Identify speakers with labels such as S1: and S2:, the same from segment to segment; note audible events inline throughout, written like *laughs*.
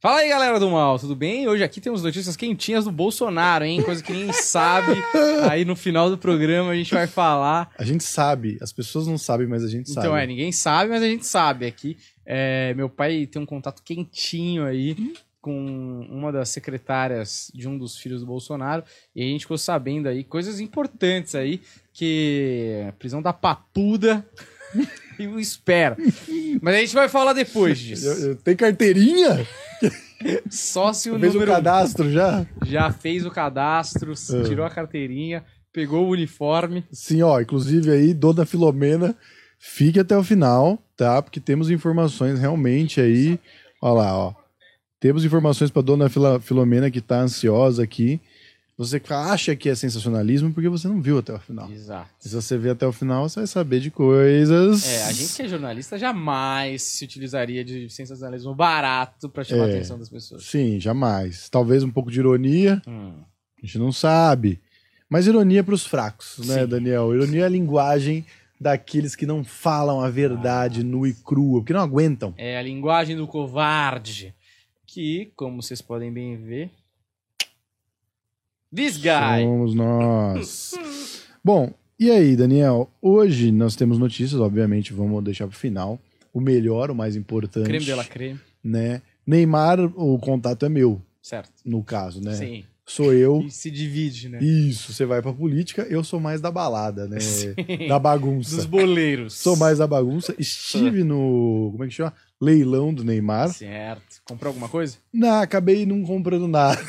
S1: Fala aí, galera do mal, tudo bem? Hoje aqui temos notícias quentinhas do Bolsonaro, hein? Coisa que ninguém
S2: *laughs*
S1: sabe. Aí no final do programa a gente vai falar.
S2: A gente sabe, as pessoas não sabem, mas a gente
S1: Então
S2: sabe.
S1: é, ninguém sabe, mas a gente sabe aqui. é, meu pai tem um contato quentinho
S2: Uhum.
S1: aí com uma das secretárias de um dos filhos do Bolsonaro. E a gente ficou sabendo aí coisas importantes aí, que a prisão da
S2: *laughs*
S1: papuda *laughs* e o espera. Mas a gente vai falar depois disso.
S2: Eu- eu- tem carteirinha?
S1: Só se o
S2: Fez o
S1: número um.
S2: cadastro já?
S1: já fez o cadastro,
S2: Ah.
S1: tirou a carteirinha, pegou o uniforme.
S2: Sim, ó. Inclusive aí, Dona Filomena, fique até o final, tá? Porque temos informações realmente aí. Ó lá, ó. Temos informações pra Dona Fila- Filomena que tá ansiosa aqui. Você acha que é sensacionalismo porque você não viu até o final.
S1: Exato.
S2: Se você ver até o final, você vai saber de coisas.
S1: É, a gente que é jornalista jamais se utilizaria de sensacionalismo barato pra chamar a
S2: É.
S1: atenção das pessoas.
S2: Sim, jamais. Talvez um pouco de ironia.
S1: Hum.
S2: A gente não sabe. Mas ironia para os fracos, né,
S1: Sim.
S2: Daniel? Ironia é a linguagem daqueles que não falam a
S1: Ah.
S2: verdade nua e crua, porque não aguentam.
S1: É a linguagem do covarde, que, como vocês podem bem ver... This guy! *laughs*
S2: Somos nós. Bom, e aí, Daniel? Hoje nós temos notícias, obviamente, vamos deixar para o final. O melhor, o mais importante,
S1: Creme de la creme.
S2: né? Neymar, o contato é meu,
S1: Certo.
S2: no caso, né?
S1: Sim.
S2: Sou eu.
S1: *laughs* E se divide, né?
S2: Isso, você vai pra política, eu sou mais da balada, né?
S1: Sim. *laughs*
S2: Da bagunça.
S1: Dos boleiros.
S2: Sou mais da bagunça. Estive no. Como é que chama? Leilão do Neymar.
S1: Certo. Comprou alguma coisa?
S2: Não, acabei não comprando nada.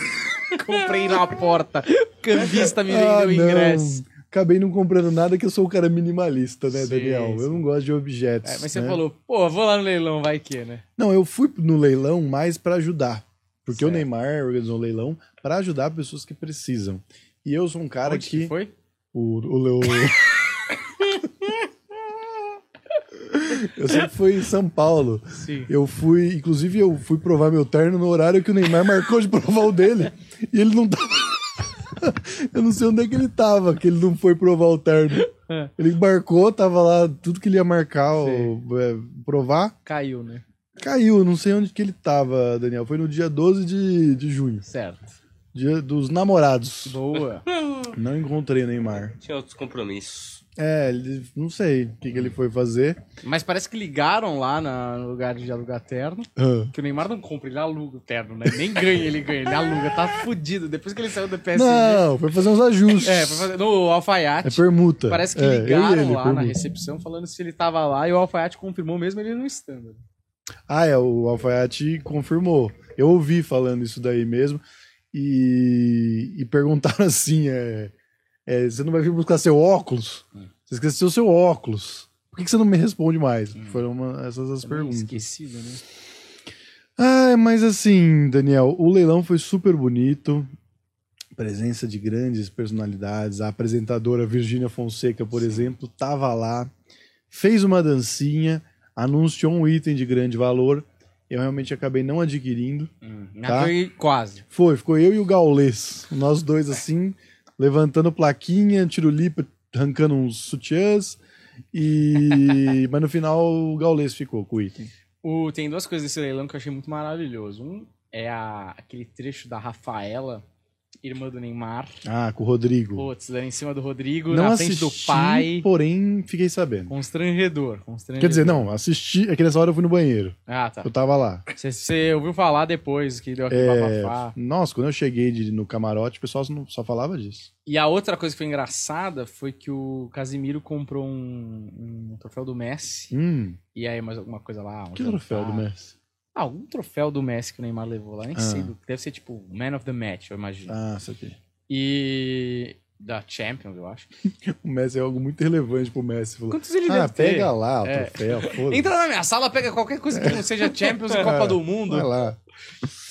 S1: Comprei na porta. O cambista me
S2: Ah,
S1: vendeu o
S2: não.
S1: ingresso.
S2: Acabei não comprando nada, que eu sou o cara minimalista, né,
S1: Sim,
S2: Daniel?
S1: sim.
S2: Eu não gosto de objetos.
S1: É, mas você
S2: né?
S1: falou, pô, vou lá no leilão, vai que, né?
S2: Não, eu fui no leilão mais pra ajudar. Porque o
S1: Certo.
S2: Neymar organizou um leilão pra ajudar pessoas que precisam. E eu sou um cara
S1: Onde que foi?
S2: O, o,
S1: *laughs*
S2: o... eu sempre fui em São Paulo.
S1: Sim.
S2: Eu fui, inclusive, eu fui provar meu terno no horário que o Neymar marcou de provar o dele. E ele não tava. *laughs* eu não sei onde é que ele tava, que ele não foi provar o terno.
S1: É.
S2: Ele marcou, tava lá, tudo que ele ia marcar,
S1: Sim.
S2: ou, é, provar,
S1: Caiu, né?
S2: caiu. Não sei onde que ele tava, Daniel. Foi no dia 12 de, de junho.
S1: Certo.
S2: Dia dos namorados.
S1: Boa.
S2: Não encontrei o Neymar.
S3: Tinha outros compromissos.
S2: É, ele, não sei o que, que ele foi fazer.
S1: Mas parece que ligaram lá na- no lugar de alugar terno. Que o Neymar não compra, ele aluga o terno, né? Nem ganha, ele ganha, ele aluga. Tá fudido. Depois que ele saiu do PSG.
S2: Não, foi fazer uns ajustes.
S1: É, foi fazer- no alfaiate.
S2: É permuta.
S1: Parece que
S2: É, eu e
S1: ligaram
S2: ele,
S1: lá na
S2: permuta.
S1: recepção falando se ele tava lá e o alfaiate confirmou mesmo ele não estando.
S2: Ah, é, o Alfaiate confirmou. Eu ouvi falando isso daí mesmo. E, e perguntaram *laughs* assim: é, é, você não vai vir buscar seu óculos? Você esqueceu seu óculos. Por que, que você não me responde mais? Foram uma- essas as
S1: Tá meio
S2: perguntas.
S1: Esquecido, né?
S2: Ah, mas assim, Daniel, o leilão foi super bonito. Presença de grandes personalidades. A apresentadora Virgínia Fonseca, por exemplo, estava lá, fez uma dancinha, anunciou um item de grande valor. Eu realmente acabei não adquirindo.
S1: Hum,
S2: Tá.
S1: Foi quase.
S2: Foi, ficou eu e o Gaulês. Nós dois assim, *laughs* levantando plaquinha, tirulipa, arrancando uns sutiãs. E... *laughs* mas no final o Gaulês ficou com o item.
S1: O- tem duas coisas desse leilão que eu achei muito maravilhoso. Um é a- aquele trecho da Rafaela, irmã do Neymar.
S2: Ah, com o Rodrigo.
S1: Putz, dando em cima do Rodrigo,
S2: não
S1: na
S2: assisti,
S1: frente do pai.
S2: porém fiquei sabendo.
S1: Constrangedor, constrangedor.
S2: Quer dizer, não, assisti, é que nessa hora eu fui no banheiro.
S1: Ah, tá.
S2: Eu tava lá.
S1: Você- Você ouviu falar depois que deu aquele
S2: É,
S1: bafafá.
S2: nossa, quando eu cheguei de- no camarote, o pessoal não- só falava disso.
S1: E a outra coisa que foi engraçada foi que o Casimiro comprou um, um troféu do Messi.
S2: Hum,
S1: E aí mais alguma coisa lá. um
S2: que troféu do
S1: jantar.
S2: Messi.
S1: Ah, algum troféu do Messi que o Neymar levou lá. Nem
S2: Ah.
S1: sei. do- Deve ser tipo Man of the Match, eu imagino.
S2: Ah, isso aqui.
S1: E. Da Champions, eu acho.
S2: O Messi é algo muito relevante pro Messi. Falou,
S1: Quantos ele
S2: ah,
S1: deve ter?
S2: pega lá o
S1: É. *laughs*
S2: troféu, foda
S1: Entra na minha sala, pega qualquer coisa que não
S2: *laughs*
S1: seja Champions
S2: É.
S1: e Copa do
S2: Vai
S1: Mundo.
S2: lá.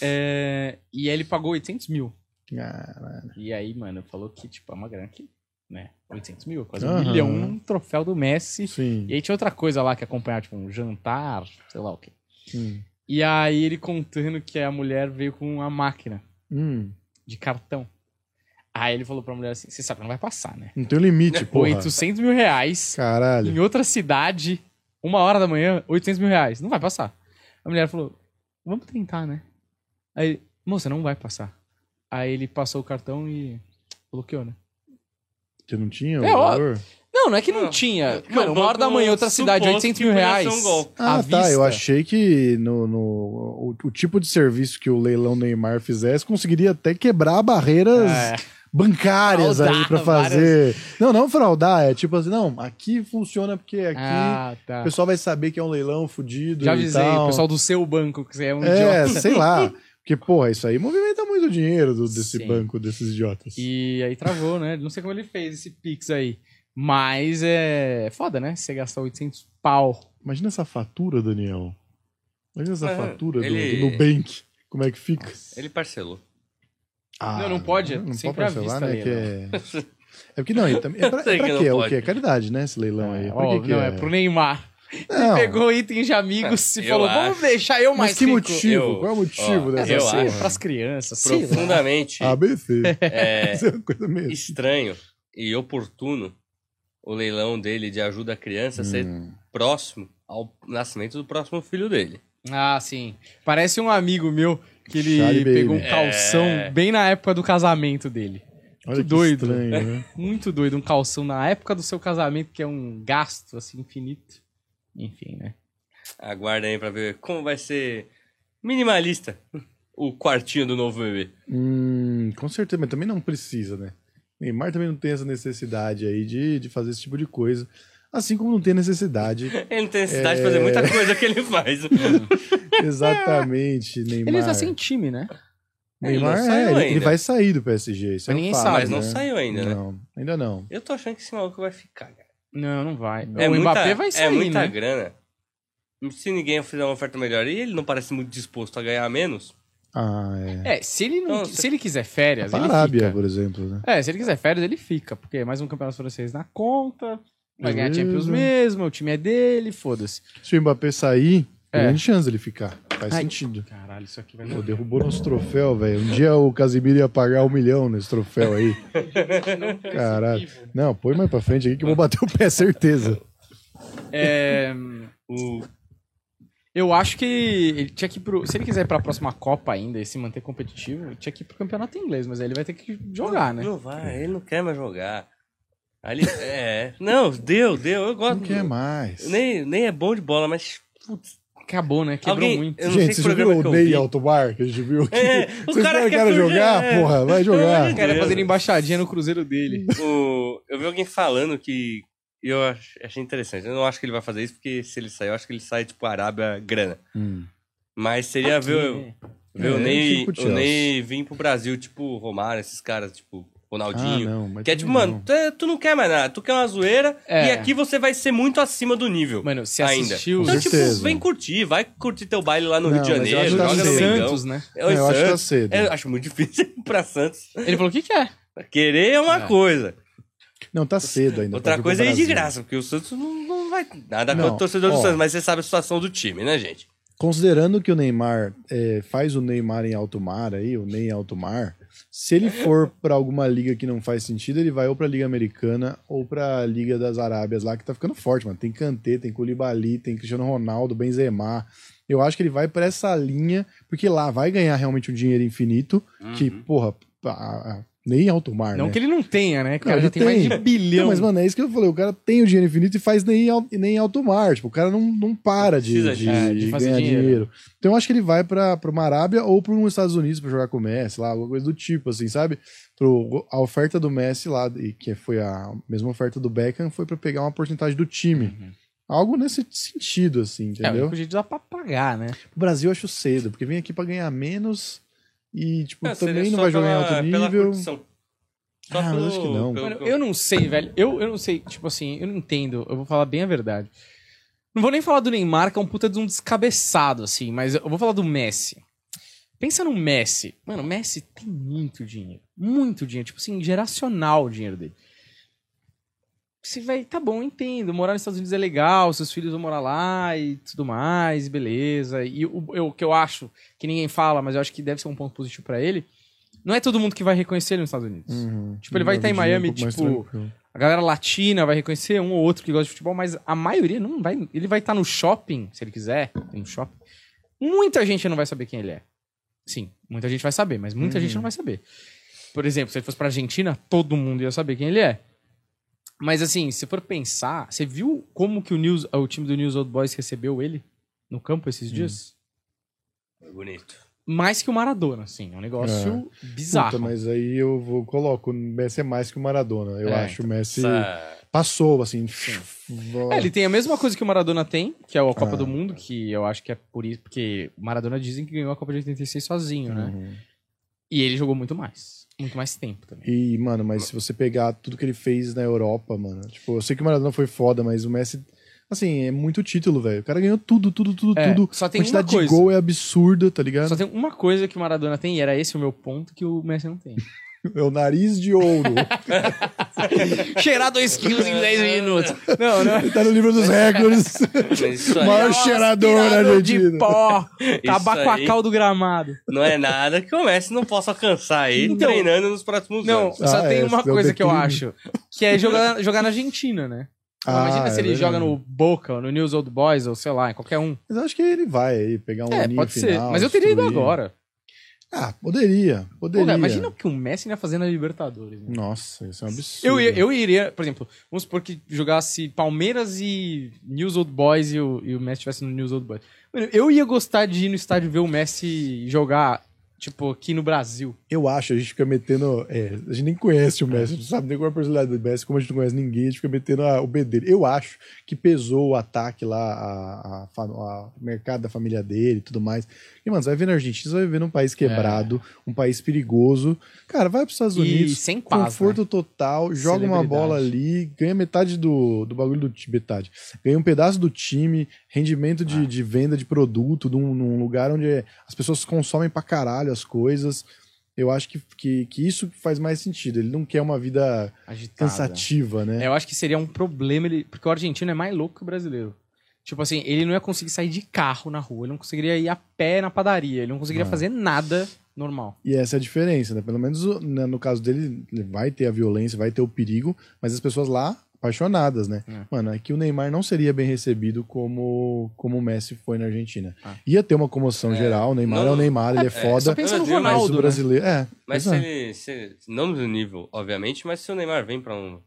S1: É, e aí ele pagou 800 mil.
S2: Caralho.
S1: E aí, mano, falou que, tipo, é uma grana que, né, 800 mil, quase um
S2: Aham.
S1: milhão, um troféu do Messi.
S2: Sim.
S1: E aí tinha outra coisa lá que acompanhava, tipo, um jantar, sei lá o quê.
S2: Hum.
S1: E aí ele contando que a mulher veio com uma máquina
S2: Hum.
S1: de cartão. Aí ele falou pra mulher assim, você sabe que não vai passar, né?
S2: Não tem um limite, porra.
S1: 800 mil reais
S2: Caralho.
S1: em outra cidade, uma hora da manhã, 800 mil reais. Não vai passar. A mulher falou, vamos tentar, né? Aí ele, moça, não vai passar. Aí ele passou o cartão e bloqueou, né?
S2: Que não tinha o
S1: É, ó,
S2: valor?
S1: Não, não é que não
S3: Não.
S1: tinha.
S3: Não,
S1: Mano, uma hora da manhã, outra
S3: suposto
S1: cidade,
S3: que
S1: 800 mil reais.
S3: podia ser um golpe.
S1: à
S2: Ah, tá. Eu
S1: vista.
S2: achei que no, no- o, o tipo de serviço que o leilão Neymar fizesse conseguiria até quebrar barreiras
S1: É.
S2: bancárias
S1: Fraudar
S2: aí pra fazer. Não, não fraudar. É tipo assim, não, aqui funciona porque aqui
S1: Ah, tá.
S2: o pessoal vai saber que é um leilão fudido.
S1: Já
S2: e
S1: avisei,
S2: tal.
S1: o pessoal do seu banco, que você é um
S2: É,
S1: idiota.
S2: sei
S1: *laughs*
S2: lá. Porque, porra, isso aí movimenta muito o dinheiro do- desse
S1: Sim.
S2: banco, desses idiotas.
S1: E aí travou, né? Não sei como ele fez esse Pix aí. Mas é é foda, né? Você gastar 800 pau.
S2: Imagina essa fatura, Daniel. Imagina essa
S1: É,
S3: Ah,
S2: fatura do-
S3: ele-
S2: do, Nubank. Como é que fica?
S3: Ele parcelou.
S2: Ah,
S1: Não, não pode, é
S2: Não
S1: sempre
S2: pode parcelar,
S1: à vista,
S2: né? Que é... é porque não, e
S3: *laughs*
S2: também- é pra, é
S3: Sei
S2: pra
S3: que
S2: quê?
S3: não
S2: É o
S3: pode.
S2: quê? É caridade, né? Esse leilão aí. Pra
S1: Ó,
S2: que que
S1: não, é? pro Neymar.
S2: Não,
S1: Pegou itens de amigos e
S3: É, Eu
S1: falou: vamos
S3: acho.
S1: deixar eu mais
S2: mas que
S1: rico.
S2: motivo?
S3: Eu-
S2: Qual é o motivo
S3: ó,
S2: dessa
S3: eu
S1: Sei,
S2: porra? *laughs*
S1: pras crianças, sei lá.
S3: Profundamente
S1: Ah,
S2: ABC.
S1: *laughs*
S3: é,
S2: Isso é uma coisa mesmo.
S3: estranho e oportuno o leilão dele de ajuda à criança ser
S2: Hum.
S3: próximo ao nascimento do próximo filho dele.
S1: Ah, sim. Parece um amigo meu que ele
S2: Charlie Baby.
S1: pegou um calção
S3: É.
S1: bem na época do casamento dele.
S2: Olha
S1: que
S2: que
S1: doido.
S2: estranho,
S3: *laughs*
S2: né?
S1: Muito doido, um calção na época do seu casamento, que é um gasto, assim, infinito. Enfim, né?
S3: Aguardem aí pra ver como vai ser minimalista o quartinho do novo bebê.
S2: Hum, com certeza, mas também não precisa, né? Neymar também não tem essa necessidade aí de, de fazer esse tipo de coisa. Assim como não tem
S3: *laughs*
S2: necessidade,
S3: Ele não tem necessidade
S1: É.
S3: de fazer muita coisa que
S1: *laughs*
S3: ele faz.
S2: exatamente, Neymar.
S1: Ele tá sem time, né?
S2: Neymar,
S3: Ele
S2: ele,
S3: assim, não saiu
S2: é, ele, ele
S3: ainda.
S2: vai sair do PSG. Isso
S1: Mas
S2: é um
S1: ninguém
S2: fato,
S1: sabe,
S3: Mas não
S2: né?
S3: saiu ainda, né?
S2: Não, ainda não.
S3: Eu tô achando que esse maluco vai ficar, cara.
S1: Não, não vai.
S3: é
S1: o
S3: muita-
S1: Mbappé vai sair,
S3: É muita
S1: né?
S3: grana. Se ninguém fizer uma oferta melhor e ele não parece muito disposto a ganhar menos,
S2: Ah, é.
S1: É, se ele, não,
S3: Não,
S1: se ele quiser férias,
S2: Pra
S1: ele
S2: Arábia,
S1: fica.
S2: por exemplo, né?
S1: É, se ele quiser férias, ele fica. Porque é mais um campeonato francês na conta, vai ganhar
S2: Beleza.
S1: Champions mesmo, o time é dele, foda-se.
S2: Se o Mbappé sair,
S1: É.
S2: grande chance ele ficar. Faz
S1: Ai.
S2: sentido.
S1: Caralho, isso aqui vai
S2: Pô, derrubou nosso troféu, velho. Um dia o Casimiro ia pagar um milhão nesse troféu
S3: *laughs*
S2: aí. Caralho. Não, põe mais pra frente aqui que eu vou bater o pé, certeza.
S1: É,
S3: o
S1: eu acho que ele tinha que ir pro. Se ele quiser ir pra próxima Copa ainda e se manter competitivo, ele tinha que ir pro campeonato inglês, mas aí ele vai ter que jogar, né?
S3: Não vai, ele não quer mais jogar. Ali, é. Não, deu, deu. Eu gosto.
S2: Não quer mais.
S3: Nem, nem é bom de bola, mas. Putz,
S1: Acabou, né? Quebrou
S3: Alguém-
S1: muito.
S3: eu não sei
S2: Gente,
S3: que
S2: vocês já viram
S3: programa
S2: o
S3: que eu vi.
S2: Ney Altobar que a gente viu aqui?
S3: É, o
S2: vocês
S3: cara
S2: não
S3: quer
S2: querem
S3: fugir,
S2: jogar?
S3: é.
S2: Porra, vai jogar.
S1: O cara
S3: Deus.
S1: fazendo embaixadinha no cruzeiro dele.
S3: o- eu vi alguém falando que. Eu ach- achei interessante. Eu não acho que ele vai fazer isso, porque se ele sair, eu acho que ele sai, tipo, Arábia grana.
S2: Hum.
S3: Mas seria ver, ver o
S2: É,
S3: Ney,
S2: tipo
S3: o Ney vir pro Brasil, tipo, Romário, esses caras, tipo,
S2: Ah,
S3: Ronaldinho.
S2: não. Mas
S3: que é tipo,
S2: também
S3: mano, tu, é- tu não quer mais nada, tu quer uma zoeira
S1: É.
S3: e aqui você vai ser muito acima do nível.
S1: Mano, se
S3: ainda.
S1: assistiu
S3: Então,
S2: Com
S3: tipo,
S2: certeza.
S3: vem curtir, vai curtir teu baile lá no
S2: Não,
S3: Rio de
S2: mas eu
S3: Janeiro,
S2: acho que tá
S3: joga no
S2: cedo.
S3: Mengão.
S1: é Santos, né?
S3: É,
S2: não.
S3: o
S2: eu acho que tá
S3: Santos.
S2: cedo.
S3: Eu acho muito *laughs* difícil ir pra Santos.
S1: Ele falou o que, que é?
S3: Querer é uma
S1: É.
S3: coisa.
S2: Não, tá cedo ainda. pra
S3: Outra
S2: vir pro
S3: coisa é ir de
S2: Brasil.
S3: graça, porque o Santos não, não vai. Nada
S2: Não,
S3: contra o torcedor do
S2: ó.
S3: Santos, mas você sabe a situação do time, né, gente?
S2: Considerando que o Neymar é, faz o Neymar em alto mar aí, o Ney em alto mar, se ele for pra alguma liga que não faz sentido, ele vai ou pra Liga Americana ou pra Liga das Arábias lá, que tá ficando forte, mano. Tem Kanté, tem Koulibaly, tem Cristiano Ronaldo, Benzema. Eu acho que ele vai pra essa linha, porque lá vai ganhar realmente um dinheiro infinito,
S3: Uhum.
S2: que, porra, a- a- nem em alto mar,
S1: Não
S2: né?
S1: que ele não tenha, né? Cara,
S2: ele
S1: já tem, mais de
S2: tem.
S1: bilhão.
S2: Não, mas, mano, é isso que eu falei. O cara tem o dinheiro infinito e faz nem, al- nem alto mar. Tipo, o cara não, não para de,
S3: Precisa
S2: de-
S3: de-
S1: é, de
S2: de
S1: fazer
S2: ganhar
S1: dinheiro.
S2: dinheiro. Então, eu acho que ele vai pra, pra uma Arábia ou para uns Estados Unidos pra jogar com o Messi, lá, alguma coisa do tipo, assim, sabe? Pro, a oferta do Messi lá, e que foi a mesma oferta do Beckham, foi pra pegar uma porcentagem do time. Algo nesse sentido,
S1: é,
S2: assim,
S1: o
S2: entendeu?
S1: Uhum. É, único jeito dá pra pagar, né?
S2: O Brasil eu acho cedo, porque vem aqui pra ganhar menos e, tipo,
S3: Ah, seria
S2: também não
S3: só
S2: vai jogar
S3: pela-
S2: em
S3: pela
S2: alto nível.
S3: curtição. Só
S2: Ah, mas
S3: pelo-
S2: acho que não.
S3: pelo-
S1: Mano, eu não sei, velho. Eu, eu não sei, tipo assim, eu não entendo. Eu vou falar bem a verdade. Não vou nem falar do Neymar, que é um puta de um descabeçado, assim, mas eu vou falar do Messi. Pensa no Messi. Mano, o Messi tem muito dinheiro. Muito dinheiro. Tipo assim, geracional o dinheiro dele. Você vai, tá bom, eu entendo. Morar nos Estados Unidos é legal, seus filhos vão morar lá e tudo mais, beleza. E o, eu- o que eu acho, que ninguém fala, mas eu acho que deve ser um ponto positivo pra ele, não é todo mundo que vai reconhecer ele nos Estados Unidos.
S2: Uhum.
S1: Tipo, ele vai
S2: Um
S1: tá em
S2: dinheiro
S1: Miami,
S2: pouco mais
S1: tipo,
S2: tranquilo.
S1: A galera latina vai reconhecer um ou outro que gosta de futebol, mas a maioria não vai. tá Ele vai estar no shopping, se ele quiser, tem um shopping. Muita gente não vai saber quem ele é. Sim, muita gente vai saber, mas muita
S2: Uhum.
S1: gente não vai saber. Por exemplo, se ele fosse pra Argentina, todo mundo ia saber quem ele é. Mas assim, se for pensar, você viu como que o, News, o time do News Old Boys recebeu ele no campo
S2: Hum.
S1: esses dias?
S3: Foi bonito.
S1: Mais que o Maradona, assim. É um negócio bizarro.
S2: Puta, mas aí eu vou, coloco, o Messi é mais que o Maradona. Eu
S1: É,
S2: acho o Messi
S3: Essa-
S2: passou, assim.
S1: É, ele tem a mesma coisa que o Maradona tem, que é a Copa
S2: Ah.
S1: do Mundo, que eu acho que é por isso, porque o Maradona dizem que ganhou a Copa de 86 sozinho, né?
S2: Uhum.
S1: E ele jogou muito mais. Muito mais tempo também.
S2: E, mano, mas se você pegar tudo que ele fez na Europa, mano, tipo, eu sei que o Maradona foi foda, mas o Messi, assim, é muito título, velho. O cara ganhou tudo, tudo, tudo,
S1: É,
S2: tudo.
S1: só
S2: A
S1: tem uma
S2: quantidade de
S1: coisa.
S2: gol é absurda, tá
S1: Só
S2: ligado?
S1: tem uma coisa que o Maradona tem, e era esse o meu ponto, que o Messi não tem.
S2: É o nariz de ouro.
S1: *laughs* Cheirar 2 quilos em 10 minutos. Não, não.
S2: Ele tá
S1: *laughs*
S2: no livro dos recordes.
S3: Mas isso aí
S2: Maior cheirador
S1: Aspirador de
S2: argentino.
S1: pó, tabacoacal
S3: aí-
S1: do gramado.
S3: não é nada que o Messi não possa alcançar aí
S1: Então-
S3: treinando nos próximos
S1: Não,
S3: anos.
S1: só
S2: Ah,
S1: tem
S2: é,
S1: uma
S2: esse é o
S1: coisa que eu
S2: declínio.
S1: acho, que é jogar, jogar na Argentina, né?
S2: Ah,
S1: Imagina se
S2: é
S1: ele
S2: verdade.
S1: joga no Boca, ou no News Old Boys, ou sei lá, em qualquer um.
S2: Mas eu acho que ele vai aí pegar um
S1: É,
S2: aninho
S1: pode ser.
S2: final,
S1: Mas eu teria ido
S2: destruir.
S1: agora.
S2: um. Ah, poderia,
S1: Pô,
S2: poderia.
S1: cara, imagina o que o Messi ia fazer na Libertadores. né?
S2: Nossa, isso é um absurdo.
S1: Eu, ia- eu iria, por exemplo, vamos supor que jogasse Palmeiras e News Old Boys e o, e o Messi estivesse no News Old Boys. Mano, eu ia gostar de ir no estádio ver o Messi jogar, tipo, aqui no Brasil.
S2: Eu acho, a gente fica metendo. é, a gente nem conhece o Messi, não sabe nem qual é a personalidade do Messi, como a gente não conhece ninguém, a gente fica metendo a- o B dele. Eu acho que pesou o ataque lá, a, a fa- a- o mercado da família dele e tudo mais. E, mano, você vai ver na Argentina, você vai viver num
S1: É.
S2: país quebrado, um país perigoso. Cara, vai pros Estados
S1: E
S2: Unidos,
S1: sem paz, né?
S2: conforto total, joga uma
S1: Celebridade.
S2: bola ali, ganha metade do, do bagulho do time, metade. Ganha um pedaço do time, rendimento de, de venda de produto, num, num lugar onde as pessoas consomem pra caralho as coisas. Eu acho que, que, que isso faz mais sentido. Ele não quer uma vida
S1: né? Agitada.
S2: cansativa, né?
S1: É, Eu acho que seria um problema ele. Porque o argentino é mais louco que o brasileiro. Tipo assim, ele não ia conseguir sair de carro na rua, ele não conseguiria ir a pé na padaria, ele não conseguiria
S2: É.
S1: fazer nada normal.
S2: E essa é a diferença, né? Pelo menos o- né, no caso dele, ele vai ter a violência, vai ter o perigo, mas as pessoas lá apaixonadas, né?
S1: É.
S2: Mano, é que o Neymar não seria bem recebido como, como o Messi foi na Argentina.
S1: Ah.
S2: Ia ter uma comoção geral, o Neymar
S3: Não-
S2: é o Neymar, ele é,
S1: Só
S2: foda.
S1: pensa no
S3: Mas
S2: Mas
S3: o
S2: o
S1: Ronaldo. né?
S2: brasileiro. É,
S3: Mas se
S2: exato.
S3: ele, se- Não do nível, obviamente, mas se o Neymar vem pra um.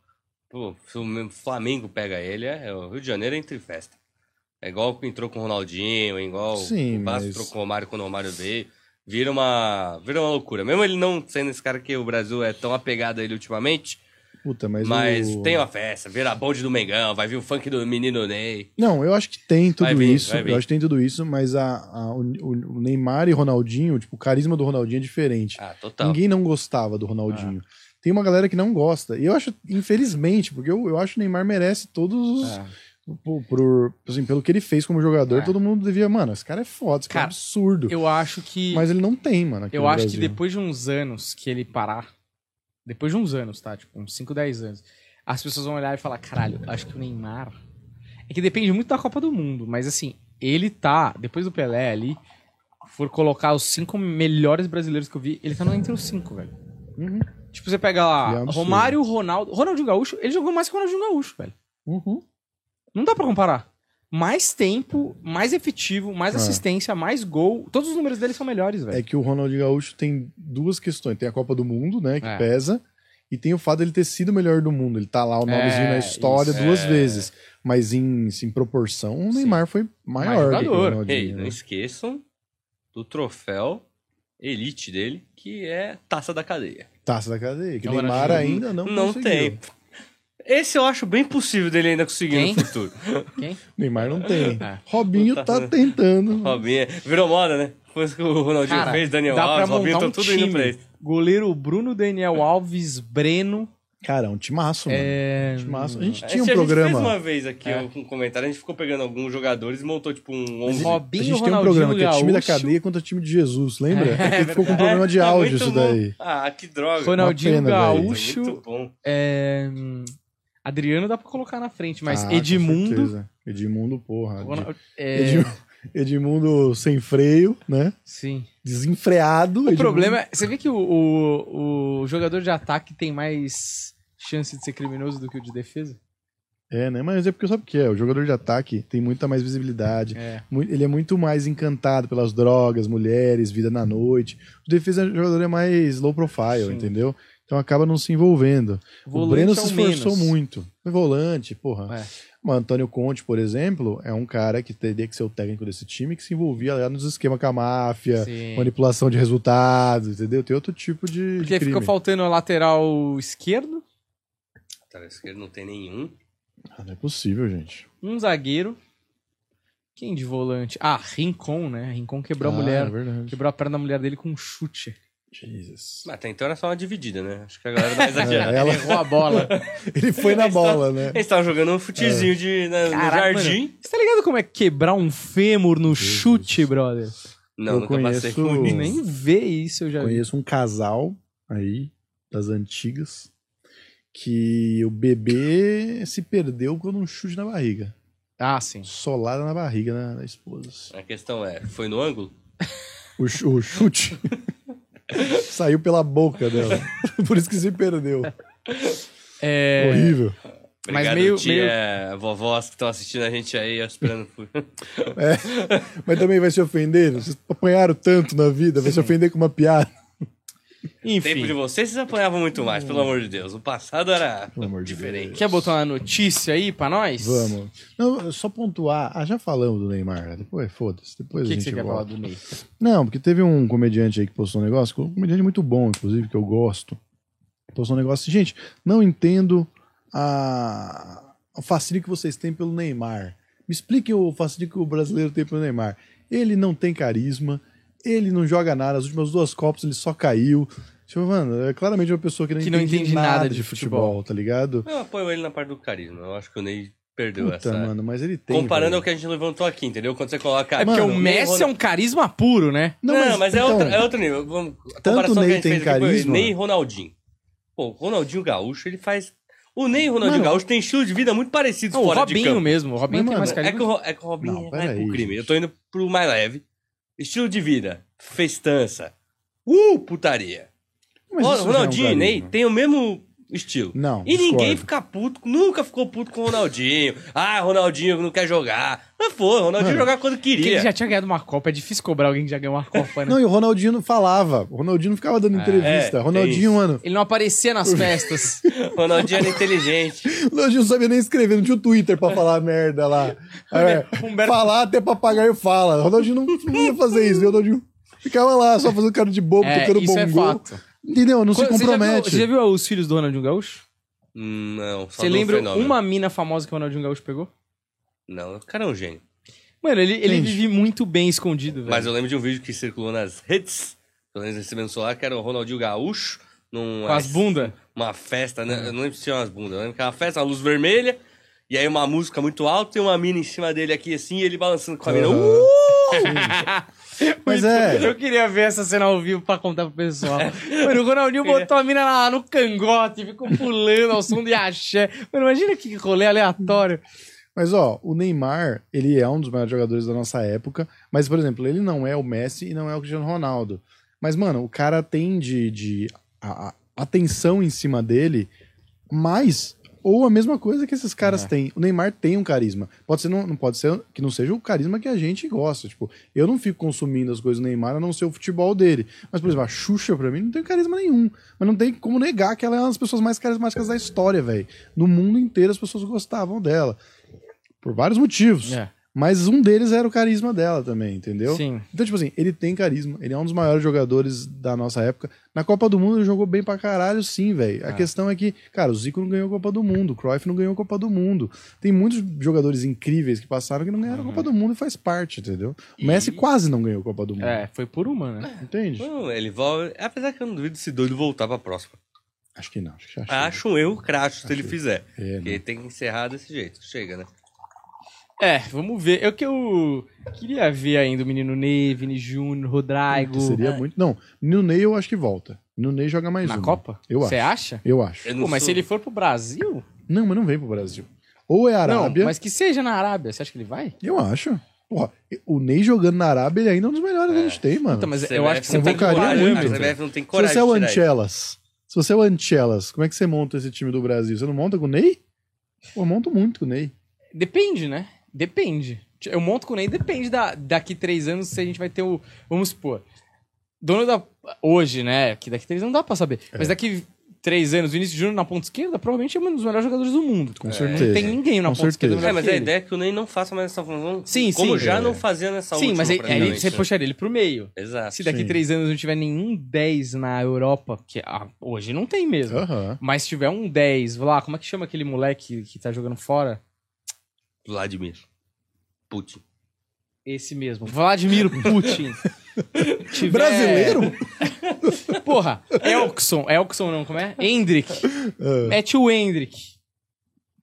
S3: Pô, se o mesmo Flamengo pega ele, é o Rio de Janeiro é entre festa. É igual que entrou com o Ronaldinho, é igual
S2: Sim,
S3: o Vasco
S2: mas-
S3: entrou com o Romário quando o Romário veio. Vira uma, vira uma loucura. Mesmo ele não sendo esse cara que o Brasil é tão apegado a ele ultimamente,
S2: Puta, mas.
S3: mas
S2: o-
S3: tem uma festa, vira a bonde do Mengão, vai vir o funk do menino Ney.
S2: Não, eu acho que tem tudo
S3: Vai vir,
S2: isso.
S3: vai vir.
S2: Eu acho que tem tudo isso, mas a, a- o, o Neymar e Ronaldinho, tipo, o carisma do Ronaldinho é diferente.
S3: Ah, total.
S2: Ninguém não gostava do Ronaldinho. Tem uma galera que não gosta. E eu acho, infelizmente, porque eu, eu acho que o Neymar merece todos os.
S1: É.
S2: Por, por- assim, pelo que ele fez como jogador,
S1: É.
S2: todo mundo devia. Mano, esse cara é foda, esse cara, é
S1: Cara,
S2: absurdo.
S1: *laughs* Eu acho que.
S2: Mas ele não tem, mano. aqui
S1: eu
S2: no
S1: acho que
S2: Brasil.
S1: depois de uns anos que ele parar. Depois de uns anos, tá? Tipo, uns 5, 10 anos. As pessoas vão olhar e falar: caralho, acho que o Neymar. É que depende muito da Copa do Mundo, mas assim, ele tá, depois do Pelé ali, for colocar os cinco melhores brasileiros que eu vi, ele tá no- entre os cinco, velho.
S2: Uhum,
S1: Tipo, você pega
S2: É um
S1: lá,
S2: absurdo.
S1: Romário, Ronaldo. Ronaldinho Gaúcho, ele jogou mais que o Ronaldinho Gaúcho, velho.
S2: uhum.
S1: Não dá pra comparar. Mais tempo, mais efetivo, mais
S2: É.
S1: assistência, mais gol. Todos os números dele são melhores, velho.
S2: É que o Ronaldinho Gaúcho tem duas questões. Tem a Copa do Mundo, né? Que
S1: É.
S2: pesa. E tem o fato dele ter sido o melhor do mundo. Ele tá lá, o nomezinho
S1: É,
S2: na história,
S1: isso.
S2: duas
S3: É.
S2: vezes. Mas em, assim, em proporção, o
S1: Sim.
S2: Neymar foi maior do que o
S1: jogador.
S2: Ronaldinho.
S3: Ei, não
S2: né?
S3: esqueçam do troféu elite dele, que é taça da cadeia.
S2: Taça da cadeia. Que o
S1: Não, o
S2: Neymar
S1: Ronaldinho
S2: ainda não,
S3: Não
S2: conseguiu.
S3: tem. Esse eu acho bem possível dele ainda conseguir
S1: Quem? *laughs*
S3: no futuro.
S1: Quem?
S2: Neymar não tem.
S1: *laughs* É.
S2: Robinho
S3: Puta, *laughs*
S2: tá
S3: né?
S2: tentando.
S3: Robinho, virou moda, né? Depois que o Ronaldinho
S1: Cara,
S3: fez, Daniel
S1: dá
S3: Alves,
S1: pra
S3: Robinho,
S1: montar
S3: estão
S1: um
S3: tudo
S1: time.
S3: indo pra ele.
S1: Goleiro Bruno, Daniel Alves, Breno.
S2: Cara, é um timaço, mano.
S1: É...
S2: Timaço. A gente
S3: Esse
S2: tinha um
S3: a gente
S2: programa.
S3: fez uma vez aqui
S1: É.
S3: um comentário, a gente ficou pegando alguns jogadores e montou tipo um 11.
S2: A
S1: Robinho,
S2: gente tem um
S1: Ronaldinho
S2: programa que é time da
S1: Gaúcho,
S2: cadeia contra time de Jesus, lembra?
S1: *laughs* É,
S2: Porque ficou com
S1: verdade.
S2: problema
S3: Tá
S2: de áudio isso daí.
S3: Ah, que droga. tá
S1: Ronaldinho
S2: Uma pena, velho.
S1: Gaúcho.
S3: Muito bom.
S1: é, hum, Adriano dá pra colocar na frente, mas
S2: Ah, com
S1: Edmundo...
S2: certeza. Edmundo, porra.
S1: Ronald- é,
S2: Edmundo, Edmundo sem freio, né?
S1: Sim.
S2: Desenfreado.
S1: O problema é... Você vê que o, o, o jogador de ataque tem mais chance de ser criminoso do que o de defesa?
S2: É, né? Mas é porque sabe o que é? O jogador de ataque tem muita mais visibilidade.
S1: É.
S2: mu- Ele é muito mais encantado pelas drogas, mulheres, vida na noite. O defesa o jogador é mais low profile,
S1: Sim.
S2: entendeu? Então acaba não se envolvendo. o
S1: Volante
S2: Breno
S1: ao
S2: se esforçou
S1: menos.
S2: muito. Foi volante, porra.
S1: É.
S2: O Antônio Conte, por exemplo, é um cara que teria que ser o técnico desse time que se envolvia lá nos esquemas com a máfia,
S1: Sim.
S2: manipulação de resultados, entendeu? Tem outro tipo de. de
S1: Porque
S2: crime.
S1: ficou faltando o lateral esquerdo,
S3: Lateral esquerdo não tem nenhum.
S2: Ah, Não é possível, gente.
S1: um zagueiro. Quem de volante? Ah, Rincon, né? Rincon quebrou
S2: Ah,
S1: a mulher.
S2: É verdade.
S1: Quebrou a perna da mulher dele com um chute.
S2: Jesus.
S3: Mas até então era só uma dividida, né? Acho que a galera
S2: *laughs*
S3: tá exagerada.
S2: É, ela-
S1: Errou a bola. *laughs*
S2: Ele foi na bola, né?
S3: Eles estavam jogando um futezinho de, na- no
S1: Caraca,
S3: jardim.
S1: mano, Você tá ligado como é quebrar um fêmur no chute, brother?
S3: Não,
S2: Eu
S3: nunca passei
S2: conheço- um.
S3: com
S2: Putz.
S1: Nem vê isso, eu já vi.
S2: Conheço um casal aí, das antigas, que o bebê se perdeu quando um chute na barriga.
S1: Ah, sim.
S2: Solada na barriga da, da esposa. assim.
S3: A questão é, foi no ângulo?
S2: O, chu- o chute *laughs* saiu pela boca dela. *laughs* Por isso que se perdeu.
S1: É,
S2: Horrível.
S1: Mas
S3: Obrigado,
S1: meio-
S3: tia, vovós que estão assistindo a gente aí, esperando
S1: *laughs*
S3: por...
S2: É. Mas também vai se ofender. Vocês apanharam tanto na vida, vai se ofender com uma piada.
S3: tempo de
S1: enfim.
S3: vocês, vocês apanhavam muito mais, pelo amor de Deus. O passado era
S2: Pelo amor de
S3: diferente.
S1: Quer botar uma notícia aí pra nós?
S2: Vamos. Não, só pontuar. Ah, já falamos do Neymar. né? Depois, foda-se.
S1: O
S2: Depois
S1: que,
S2: a
S1: que
S2: gente
S1: você quer falar
S2: volta.
S1: do Ney?
S2: Não, porque teve um comediante aí que postou um negócio, um comediante muito bom, inclusive, que eu gosto. Postou um negócio assim, gente, não entendo a... o fascínio que vocês têm pelo Neymar. Me expliquem o fascínio que o brasileiro tem pelo Neymar. Ele não tem carisma, ele não joga nada, as últimas duas copas ele só caiu. Tipo, mano, é claramente uma pessoa que não,
S1: Que não
S2: entende,
S1: entende
S2: nada,
S1: nada
S2: de
S1: de
S2: futebol, tá ligado?
S3: Eu apoio ele na parte do carisma. Eu acho que o Ney perdeu
S2: Puta,
S3: essa...
S2: mano, mas ele tem.
S3: Comparando ao
S2: velho.
S3: que a gente levantou aqui, entendeu? Quando você coloca...
S1: É porque
S2: Mano,
S1: o Messi é um carisma puro, né?
S3: Não, mas, é,
S2: então,
S3: outro, é outro nível. Vamos, a
S2: Tanto
S3: comparação
S2: o
S3: que a
S2: Ney
S3: gente
S2: tem
S3: fez aqui foi
S2: carisma.
S3: Ney e Ronaldinho. Pô, o Ronaldinho Gaúcho, ele faz... O Ney e o Ronaldinho
S2: Mano.
S3: Gaúcho tem estilo de vida muito parecido
S1: Não, o
S3: fora de
S1: Robinho
S3: campo.
S1: mesmo. O Robinho
S2: Mas,
S1: tem mais
S2: mano,
S3: É que, o,
S1: carisma.
S3: Ro- é que o Robinho
S2: Não,
S3: vai
S2: peraí,
S3: pro crime.
S2: gente.
S3: Eu tô indo pro mais leve. Estilo de vida, festança, uh, putaria.
S2: mas
S3: Ro-
S2: isso já é um
S3: Ronaldinho e Ney
S2: carisma.
S3: tem o mesmo estilo.
S2: Não,
S3: E ninguém
S2: discordo.
S3: fica puto, nunca ficou puto com o Ronaldinho. Ah, Ronaldinho não quer jogar. Mas foi, o Ronaldinho
S2: Mano,
S3: jogar quando
S1: Porque
S3: queria.
S1: ele já tinha ganhado uma Copa. É difícil cobrar alguém que já ganhou uma Copa, né?
S2: Não, e o Ronaldinho não falava. O Ronaldinho não ficava dando entrevista.
S3: é, tem
S2: Ronaldinho,
S3: isso.
S2: mano.
S1: Ele não aparecia
S2: *laughs*
S1: nas festas.
S3: O Ronaldinho era inteligente.
S2: O Ronaldinho não sabia nem escrever, não tinha o Twitter pra falar
S1: *laughs*
S2: merda lá. É,
S1: Humberto-
S2: Falar até papagaio fala. O Ronaldinho não, não ia fazer isso, viu? O Ronaldinho ficava lá, só fazendo cara de bobo,
S1: é,
S2: tocando
S1: isso
S2: bongô.
S1: é fato.
S2: Entendeu? Não se
S1: Quando- você já viu-
S2: compromete.
S1: Você já viu os filhos do Ronaldinho Gaúcho?
S3: Hum, Não, só
S1: Você
S3: do
S1: lembra
S3: fenômeno.
S1: uma mina famosa que o Ronaldinho Gaúcho pegou?
S3: Não, o cara é um gênio.
S1: Mano, ele, ele
S2: Gente.
S1: vive muito bem escondido, velho.
S3: Mas eu lembro de um vídeo que circulou nas redes, pelo menos recebendo celular, que era o Ronaldinho Gaúcho. Num,
S1: Com as Hum. bundas.
S3: uma festa, né? Eu não lembro se tinha umas bundas, eu lembro que era uma festa, uma luz vermelha, e aí uma música muito alta e uma mina em cima dele aqui assim, e ele balançando com a mina.
S2: Aham.
S3: Uh!
S2: Mas
S1: Muito-
S2: é.
S1: Eu queria ver essa cena ao vivo pra contar pro pessoal. *laughs* Mano, o Ronaldinho botou a mina lá no cangote, ficou pulando ao som de axé. Mano, imagina que rolê aleatório.
S2: Mas, ó, o Neymar, ele é um dos maiores jogadores da nossa época, mas, por exemplo, ele não é o Messi e não é o Cristiano Ronaldo. Mas, mano, o cara tem de, de a, a- atenção em cima dele, mas ou a mesma coisa que esses caras têm. O Neymar tem um carisma. Pode ser, não, não pode ser que não seja o carisma que a gente gosta. Tipo, eu não fico consumindo as coisas do Neymar a não ser o futebol dele. Mas, por exemplo, a Xuxa, pra mim, não tem carisma nenhum. Mas não tem como negar que ela é uma das pessoas mais carismáticas da história, velho. No mundo inteiro as pessoas gostavam dela. Por vários motivos.
S1: É.
S2: Mas um deles era o carisma dela também, entendeu?
S1: Sim.
S2: Então, tipo assim, ele tem carisma, ele é um dos maiores jogadores da nossa época. Na Copa do Mundo ele jogou bem pra caralho, sim, velho. A
S1: É.
S2: questão é que, cara, o Zico não ganhou a Copa do Mundo, o Cruyff não ganhou a Copa do Mundo. Tem muitos jogadores incríveis que passaram que não ganharam a
S1: Uhum.
S2: Copa do Mundo e faz parte, entendeu? O Messi
S3: E-
S2: quase não ganhou a Copa do Mundo,
S1: É, foi por uma, né?
S2: entende?
S3: Não, ele volta. Apesar que eu não duvido se doido voltar pra próxima.
S2: Acho que não, acho que já chega.
S3: Acho eu cracho se ele fizer.
S2: É,
S3: Porque tem que encerrar desse jeito. Chega, né?
S1: É, vamos ver. Eu que eu queria ver ainda o menino Ney, Vini Júnior, Rodrigo.
S2: não. Seria muito... Não, no Ney eu acho que volta. No Ney joga mais
S1: É. Na
S2: uma.
S1: Copa?
S2: Eu
S1: Você acha?
S2: Eu acho.
S3: Eu não
S1: Pô, mas
S3: sou-
S1: se ele for pro Brasil?
S2: Não, mas não vem pro Brasil. Ou é a Arábia...
S1: Não, mas que seja na Arábia. Você acha que ele vai?
S2: Eu acho. Porra, o Ney jogando na Arábia, ele ainda é um dos melhores que a gente tem, mano.
S1: Puta, mas
S3: CBF
S1: eu acho que você
S3: não
S1: tá
S3: tem coragem, né?
S2: muito,
S1: ignorando.
S3: cara.
S2: velho.
S3: A CBF não tem
S2: se
S3: coragem.
S2: você é o
S3: de tirar ele.
S2: Ancelas, se você é o Ancelas, como é que você monta esse time do Brasil? Você não monta com o Ney? Pô, eu monto muito com o Ney.
S1: Depende, né? Depende. Eu monto com o Ney, depende da, daqui três anos se a gente vai ter o. Vamos supor. Dono da. Hoje, né? Que daqui três anos não dá pra saber.
S2: É.
S1: Mas daqui três anos, Vinícius Júnior na ponta esquerda, provavelmente é um dos melhores jogadores do mundo.
S2: É. Com
S1: Não
S2: certeza.
S1: tem ninguém na
S2: Com
S1: ponta esquerda.
S2: certeza.
S1: melhor
S3: É, mas
S1: que
S3: a
S1: ele.
S3: ideia é que o Ney não faça mais essa função.
S1: Sim,
S3: Como
S1: sim.
S3: já não fazia nessa
S1: Sim,
S3: última,
S1: mas aí, aí
S3: praticamente,
S1: você
S3: né?
S1: puxaria ele pro meio.
S3: Exato.
S1: Se daqui
S2: Sim.
S1: três anos não tiver nenhum 10 na Europa, que ah, hoje não tem mesmo.
S2: Aham.
S1: Mas se tiver um 10, vou lá, como é que chama aquele moleque que tá jogando fora?
S3: Vladimir. Putin.
S1: Esse mesmo. Vladimir
S3: *laughs*
S1: Putin. Tiver-
S2: Brasileiro?
S1: Porra, Elkson. Elkson não, como é? Hendrick.
S3: É.
S2: Ah.
S1: Mete o Hendrick.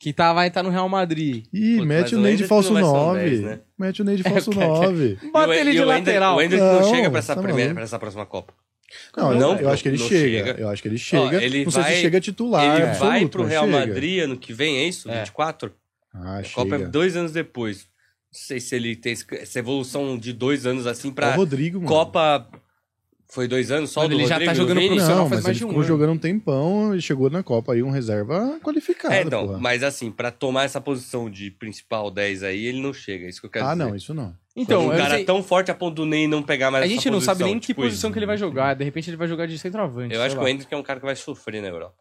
S1: Que tá, vai estar no Real Madrid.
S2: Ih,
S3: Putz, mas
S2: mete o
S3: o
S2: Ney de
S3: Hendrick
S2: falso
S3: não vai ser um
S2: 9.
S3: 10, né?
S2: Mete o
S3: *laughs*
S2: Ney de falso
S1: É, cara,
S2: 9.
S1: Bota ele de lateral.
S3: O Hendrick não,
S2: Não,
S3: chega pra essa,
S2: tá
S3: primeira,
S2: maluco.
S3: pra essa próxima Copa.
S2: Não,
S3: Não,
S2: eu acho que ele
S3: não
S2: chega.
S3: chega.
S2: Eu acho que ele chega.
S3: Ó, ele
S2: não sei
S3: vai-
S2: se chega titular.
S3: ele
S2: absoluto,
S3: vai pro
S2: mas
S3: Real
S2: chega.
S3: Madrid ano que vem, é isso?
S1: É.
S3: 24?
S2: Ah,
S3: A Copa é
S2: chega.
S3: dois anos depois. Não sei se ele tem esse- essa evolução de dois anos assim
S2: É o
S3: pra
S2: Rodrigo, mano.
S3: Copa. Foi dois anos só
S1: Mas
S3: do
S1: ele já
S3: Rodrigo
S1: tá jogando
S3: no Vini?
S1: profissional.
S2: Não,
S1: faz
S2: mas
S1: mais
S2: ele
S1: de um
S2: ficou
S1: ano.
S2: jogando um tempão e chegou na Copa aí um reserva qualificado.
S3: É, então,
S2: pô.
S3: mas assim, pra tomar essa posição de principal 10 aí, ele não chega. É isso que eu quero
S2: Ah,
S3: dizer.
S2: não, isso não.
S1: Então,
S3: um
S1: eu
S3: cara
S1: sei-
S3: tão forte a ponto do Ney não pegar mais
S1: a
S3: essa
S1: gente não sabe
S3: posição,
S1: nem que
S3: tipo
S1: posição
S3: isso.
S1: que ele vai jogar. De repente ele vai jogar de centroavante.
S3: Eu
S1: sei
S3: acho
S1: lá.
S3: que o Hendrick é um cara que vai sofrer na Europa.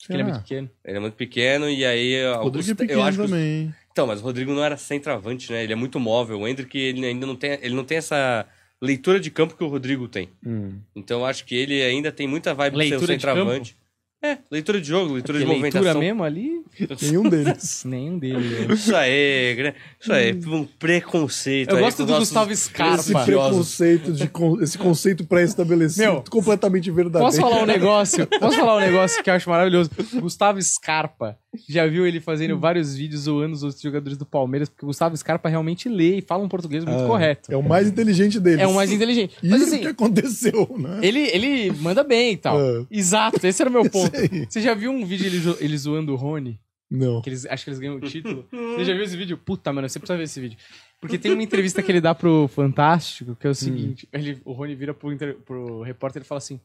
S1: Porque ele é muito
S2: Será?
S1: pequeno.
S3: Ele é muito pequeno e aí.
S2: O
S3: alguns-
S2: Rodrigo é
S3: eu
S2: pequeno
S3: acho que os-
S2: também.
S3: Então, mas o Rodrigo não era centroavante, né? Ele é muito móvel. O Hendrick, ele ainda não tem, ele não tem essa leitura de campo que o Rodrigo tem.
S2: Hum.
S3: Então, eu acho que ele ainda tem muita vibe de ser
S1: Leitura
S3: um
S1: de
S3: centroavante. É, leitura de jogo, leitura
S1: Porque
S3: de
S1: leitura
S3: movimentação.
S1: mesmo *laughs* ali,
S2: *laughs* Nenhum deles.
S1: nenhum dele.
S3: Isso aí, gra- isso aí, um preconceito.
S1: Eu
S3: Então, aí
S1: gosto
S3: com
S1: do
S3: nossos-
S1: Gustavo Scarpa.
S2: Esse
S1: Carpa.
S2: preconceito, de, con- esse conceito pré-estabelecido
S1: Meu,
S2: completamente verdadeiro.
S1: Posso falar um negócio? Posso falar um negócio que eu acho maravilhoso? Gustavo Scarpa. Já viu ele fazendo vários vídeos zoando os outros jogadores do Palmeiras, porque o Gustavo Scarpa realmente lê e fala um português muito
S2: Ah,
S1: correto.
S2: É o mais inteligente deles.
S1: É o mais inteligente.
S2: E
S1: Mas
S2: Isso
S1: assim,
S2: que aconteceu, né?
S1: ele, ele manda bem e tal.
S2: Ah.
S1: Exato, esse era o meu ponto.
S2: Sei.
S1: Você já viu um vídeo ele, zo- ele zoando o Rony?
S2: Não.
S1: Que eles, acho que eles ganham o título. Você já viu esse vídeo? Puta, mano, você precisa ver esse vídeo. Porque tem uma entrevista que ele dá pro Fantástico, que é o seguinte: ele, o Rony vira pro, inter- pro repórter e fala assim: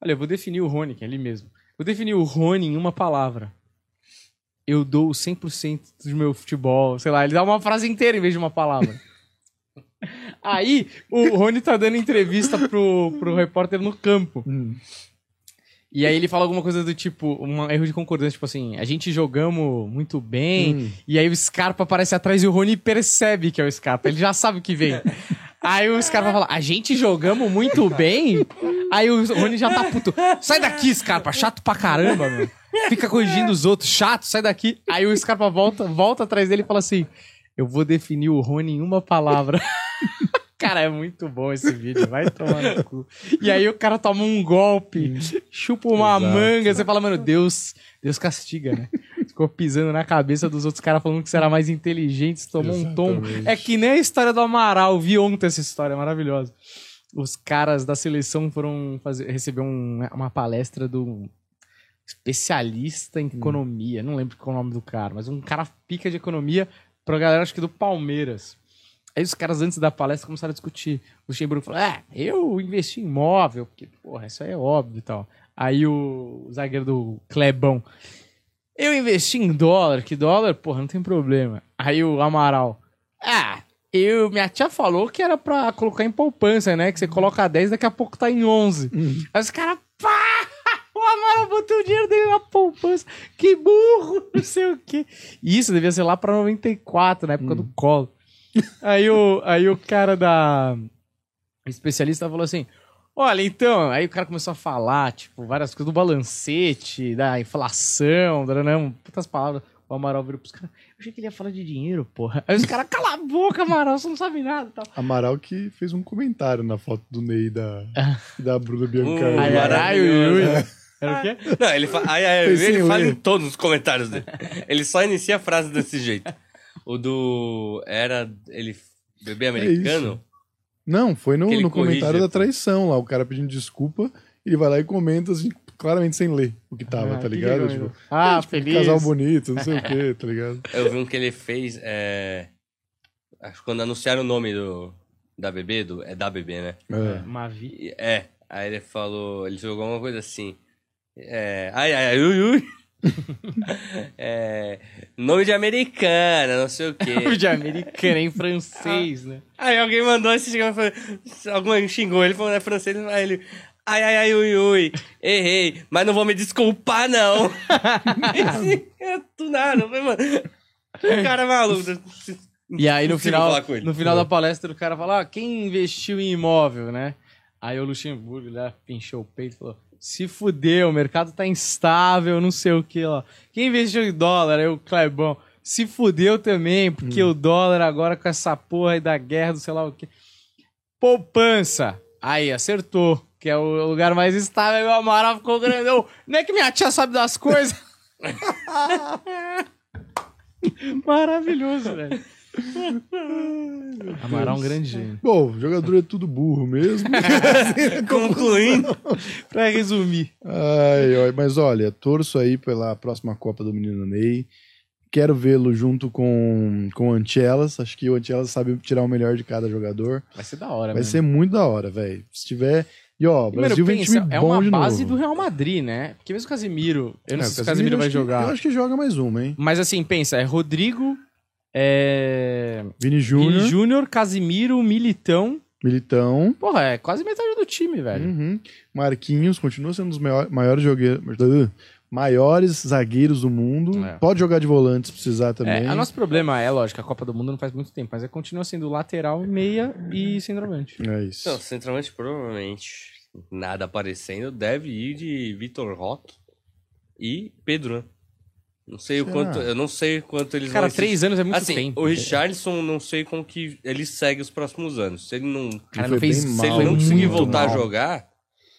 S1: Olha, eu vou definir o Rony, que é ele mesmo. Vou definir o Rony em uma palavra. Eu dou 100% do meu futebol, sei lá. Ele dá uma frase inteira em vez de uma palavra. Aí, o Rony tá dando entrevista pro, pro repórter no campo.
S2: Hum.
S1: E aí ele fala alguma coisa do tipo, um erro de concordância, tipo assim, a gente jogamos muito bem,
S2: Hum.
S1: e aí o Scarpa aparece atrás e o Rony percebe que é o Scarpa, ele já sabe o que vem. Aí o Scarpa fala, a gente jogamos muito bem? Aí o Rony já tá puto, sai daqui, Scarpa, chato pra caramba, meu. Fica corrigindo os outros, chato, sai daqui. Aí o Scarpa volta, volta atrás dele e fala assim, eu vou definir o Rony em uma palavra. *laughs* Cara, é muito bom esse vídeo, vai tomar no cu. E aí o cara toma um golpe, chupa uma
S2: Hum. Exato.
S1: manga, você fala, mano, Deus, Deus castiga, né? Ficou pisando na cabeça dos outros caras falando que você era mais inteligente, você tomou um tombo.
S2: Exatamente.
S1: É que nem a história do Amaral, vi ontem essa história, é maravilhosa. Os caras da seleção foram fazer, receber um- uma palestra do especialista em economia, não lembro qual é o nome do cara, mas um cara pica de economia pra galera, acho que do Palmeiras. Aí os caras, antes da palestra, começaram a discutir. O Luxemburgo falou: É, eu investi em imóvel, porque, porra, isso aí é óbvio e tal. Aí o zagueiro do Clebão. Eu investi em dólar, que dólar, porra, não tem problema. Aí o Amaral. Ah, eu, minha tia falou que era pra colocar em poupança, né? Que você coloca 10, daqui a pouco tá em 11.
S2: Hum.
S1: Aí os caras, pá! O Amaral botou o dinheiro dele na poupança. Que burro, *laughs* não sei o quê. E isso devia ser lá pra 94, na época do colo. Aí o, aí o cara da. O especialista falou assim: Olha, então, aí o cara começou a falar, tipo, várias coisas do balancete, da inflação, dananã, putas palavras. O Amaral virou pros caras. Eu achei que ele ia falar de dinheiro, porra. Aí os caras, cala a boca, Amaral, você não sabe nada e tal.
S2: Amaral que fez um comentário na foto do Ney
S1: *laughs*
S2: e da, e da Bruna
S3: Hum,
S1: Ai,
S2: Biancardi.
S3: Amaral.
S1: ai, ui, ui. Era o quê?
S3: Não, ele, fa... ai, ai,
S2: Foi
S3: ele
S2: sem
S3: fala
S2: ler.
S3: em todos os comentários dele. Ele só inicia a frase desse jeito. O do. Era. Ele. Bebê
S1: É
S3: americano?
S2: Não, foi no,
S3: Que ele
S2: no comentário
S3: corrige,
S2: da traição lá, o cara pedindo desculpa, ele vai lá e comenta assim, claramente sem ler o que tava,
S1: Ah,
S2: tá
S1: que
S2: ligado?
S1: legal,
S2: Tipo,
S1: né? ah,
S2: tipo,
S1: feliz.
S2: Casal bonito, não sei o quê, tá ligado?
S3: Eu vi um que ele fez. É... Acho que quando anunciaram o nome do. Da bebê, do... *laughs* é da bebê, né?
S2: É.
S1: Mavi.
S3: E- É. Aí ele falou. Ele jogou uma coisa assim. É. Ai, ai, ai, ui, *laughs* ui. É, nome de americana, não sei o quê.
S1: Nome *laughs* de americana, em francês, né?
S3: Aí alguém mandou esse chegou, e falou, alguém xingou ele, falou, é francês, aí ele, ai, ai, ai, ui, ui, errei, mas não vou me desculpar, não. *laughs* Esse, é, do nada, eu falei, mano, o cara é maluco.
S1: E aí no
S3: Impossível
S1: final,
S3: falar com ele.
S1: no final da palestra o cara fala, ah, quem investiu em imóvel, né? Aí o Luxemburgo lá pinchou o peito e falou, se fudeu, o mercado tá instável, não sei o que lá. Quem investiu em dólar? Aí o Clebão, se fudeu também, porque o dólar agora com essa porra aí da guerra, do sei lá o que. Poupança. Aí, acertou. Que é o lugar mais estável. Aí o Amaral ficou grandão. Não é que minha tia sabe das coisas. Maravilhoso, velho. *laughs* Amaral é um grande gênio.
S2: Bom, jogador é tudo burro mesmo.
S3: *laughs* Concluindo,
S1: Pra resumir.
S2: Ai, ai, mas olha, torço aí pela próxima Copa do Menino Ney. Quero vê-lo junto com, com o Antelas. Acho que o Antelas sabe tirar o melhor de cada jogador.
S1: Vai ser da hora,
S2: Vai ser muito da hora, velho. Se tiver. E ó, o
S1: Primeiro,
S2: Brasil vem
S1: pensa,
S2: time
S1: é
S2: bom
S1: uma
S2: de
S1: base
S2: novo.
S1: do Real Madrid, né? Porque mesmo o Casemiro, eu não
S2: É,
S1: sei se
S2: o
S1: o Casemiro vai
S2: acho que-
S1: jogar.
S2: eu acho que joga mais uma, hein?
S1: Mas assim, pensa, é Rodrigo, é...
S2: Vini
S1: Vini
S2: Júnior,
S1: Júnior, Casimiro, Militão.
S2: Militão.
S1: Porra, é quase metade do time, velho.
S2: Uhum. Marquinhos continua sendo um dos maior- maiores jogueiros. Maiores zagueiros do mundo.
S1: É.
S2: Pode jogar de volante se precisar também.
S1: É, o nosso problema é, lógico, a Copa do Mundo não faz muito tempo, mas é, continua sendo lateral, meia e centroavante.
S2: É isso.
S3: então, centralmente, provavelmente, nada aparecendo, deve ir de Vitor Roque e Pedro, né? Não sei o
S2: Será?
S3: quanto, eu não sei quanto eles
S1: Cara,
S3: vão insistir.
S1: três anos é muito
S3: assim,
S1: tempo.
S3: o Richardson, não sei como que ele segue os próximos anos. Se ele não,
S1: cara
S2: Ele
S1: não
S2: foi
S1: fez-
S2: bem
S1: se
S3: se
S2: mal,
S3: ele não conseguir
S2: muito
S3: voltar
S2: mal.
S3: a jogar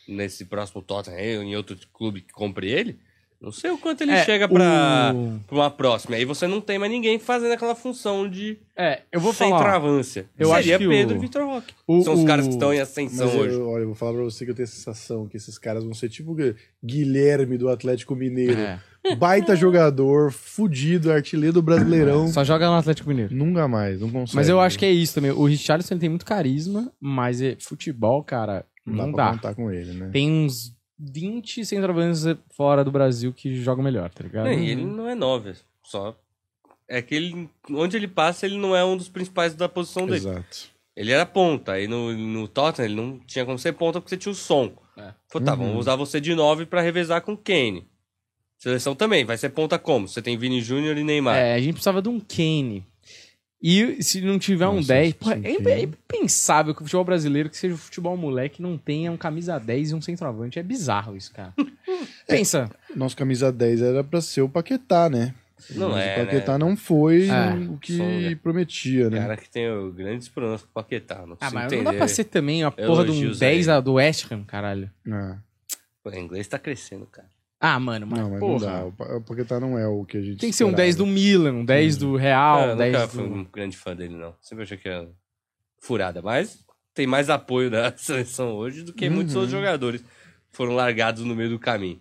S3: nesse próximo Tottenham ou em outro clube que compre ele, não sei o quanto ele
S1: É,
S3: chega pra,
S1: o-
S3: pra uma próxima. Aí você não tem mais ninguém fazendo aquela função de
S1: É, eu vou
S3: sem
S1: falar.
S3: travância.
S1: Eu
S3: Seria
S1: acho que
S3: Pedro
S1: o-
S3: e Vitor Roque.
S1: o-
S3: São os
S1: o-
S3: caras que estão em
S2: Mas
S3: ascensão
S2: eu-
S3: hoje.
S2: olha, eu vou falar pra você que eu tenho a sensação que esses caras vão ser tipo o Guilherme do Atlético Mineiro.
S1: É,
S2: *laughs* Baita jogador, fudido, artilheiro do Brasileirão.
S1: só joga no Atlético Mineiro.
S2: Nunca mais, não consegue. né?
S1: Mas eu acho que é isso também. O Richarlison ele tem muito carisma, mas é, futebol, cara, não,
S2: dá pra
S1: dá.
S2: contar com ele, né?
S1: Tem uns 20 centroavantes fora do Brasil que jogam melhor, tá ligado?
S3: Não, e ele não é nove, só é que ele, onde ele passa, ele não é um dos principais da posição dele.
S2: Exato.
S3: Ele era ponta, aí no, no Tottenham ele não tinha como ser ponta porque você tinha o som.
S1: É.
S3: Falou, tá,
S2: Uhum.
S3: vamos usar você de 9 pra revezar com o Kane. Seleção também, vai ser ponta como? Você tem Vini Júnior e Neymar.
S1: É, a gente precisava de um Kane. E se não tiver um
S2: Nossa,
S1: 10, pô,
S2: sem
S1: é,
S2: Kane.
S1: é impensável que o futebol brasileiro, que seja o futebol moleque, não tenha um camisa 10 e um centroavante. É bizarro isso, cara. Pensa,
S2: Nosso camisa 10 era pra ser o Paquetá, né?
S3: Não
S2: Mas
S3: é,
S2: o
S3: né?
S2: Paquetá não foi
S1: É.
S2: o que
S3: Sou, né?
S2: prometia, né?
S3: Cara que tem ó, grandes problemas com o Paquetá, não
S1: ah,
S3: consigo
S1: mas
S3: entender.
S1: não dá pra ser também a porra de um
S3: Elogios
S1: 10
S3: aí.
S1: a- do West Ham, caralho.
S2: É.
S3: Pô, o inglês tá crescendo, cara.
S1: Ah, mano, mas,
S2: Não, mas
S1: porra.
S2: não dá. O Pa- O Paquetá não é o que a gente
S1: Tem que ser um
S2: esperava.
S1: 10 do Milan, um 10 do Real,
S3: eu
S1: um
S3: nunca
S1: 10
S3: fui
S1: do...
S3: um grande fã dele, não. Sempre achei que era furada, mas tem mais apoio da *laughs* seleção hoje do que muitos
S2: Uhum.
S3: outros jogadores foram largados no meio do caminho.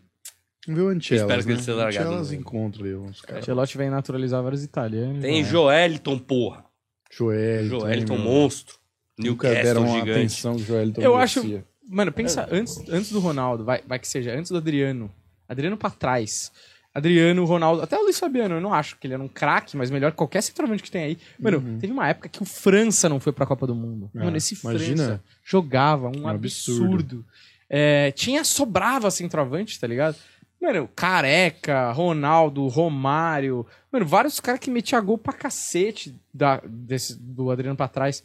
S2: Vamos ver o Ancelas,
S3: Espero que
S2: né?
S3: ele seja largado no
S2: Ancelas
S3: meio.
S2: encontra ali uns caras.
S1: Ancelotti vai naturalizar vários italianos.
S3: Tem
S1: né?
S3: Joeliton, porra.
S2: Joelito.
S3: Joeliton,
S2: né, meu?
S3: monstro.
S2: Nunca deram
S3: Newcastle,
S2: uma
S3: gigante.
S2: atenção que o Joelito
S1: Eu
S2: merecia.
S1: acho- Mano, pensa antes, antes do Ronaldo, vai, vai que seja, antes do Adriano. Adriano pra trás. Adriano, Ronaldo, até o Luiz Fabiano, eu não acho que ele era um craque, mas melhor que qualquer centroavante que tem aí. Mano,
S2: Uhum.
S1: teve uma época que o França não foi pra Copa do Mundo.
S2: É,
S1: Mano, esse
S2: imagina.
S1: França jogava um,
S2: Um
S1: absurdo.
S2: absurdo.
S1: É, tinha, sobrava centroavante, tá ligado? Mano, Careca, Ronaldo, Romário. Mano, vários caras que metia gol pra cacete da, desse, do Adriano pra trás.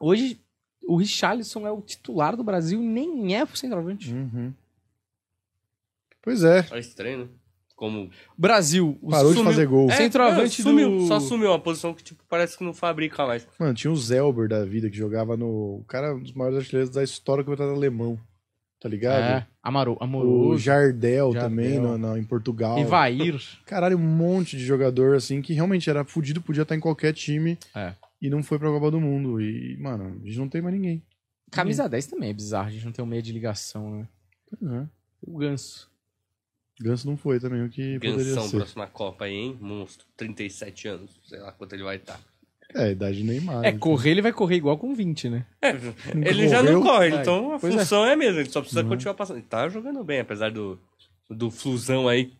S1: Hoje, o Richarlison é o titular do Brasil, nem é o centroavante.
S2: Uhum. Pois é.
S3: É estranho, né? Como
S1: Brasil, o
S2: Parou de
S1: sumiu-
S2: fazer gol.
S1: O centroavante
S3: é, sumiu,
S1: do-
S3: Só sumiu uma posição que tipo, parece que não fabrica mais.
S2: Mano, tinha o Zelber da vida que jogava no. O cara, um dos maiores artilheiros da história que no alemão. Tá ligado?
S1: É, Amaro,
S2: O
S1: Amoroso,
S2: Jardel,
S1: Jardel.
S2: também, no, no- em Portugal.
S1: Ivair.
S2: Caralho, um monte de jogador, assim, que realmente era fudido, podia estar em qualquer time.
S1: É.
S2: E não foi pra Copa do Mundo. E, mano, a gente não tem mais ninguém.
S1: Camisa 10 também é bizarro, a gente não tem um meia de ligação, né?
S2: Pois é.
S1: O Ganso.
S2: Ganso não foi também, o que poderia
S3: Gansão,
S2: ser.
S3: próxima Copa aí, hein? Monstro. 37 anos. Sei lá quanto ele vai tá. estar.
S2: É, a idade do Neymar.
S1: É,
S2: né?
S1: correr ele vai correr igual com 20, né?
S2: Nunca
S3: Ele já não
S2: morreu.
S3: corre,
S1: Ai,
S3: então a
S1: pois
S3: função é. a mesma. Ele só precisa continuar passando. Ele tá jogando bem, apesar do, do flusão aí.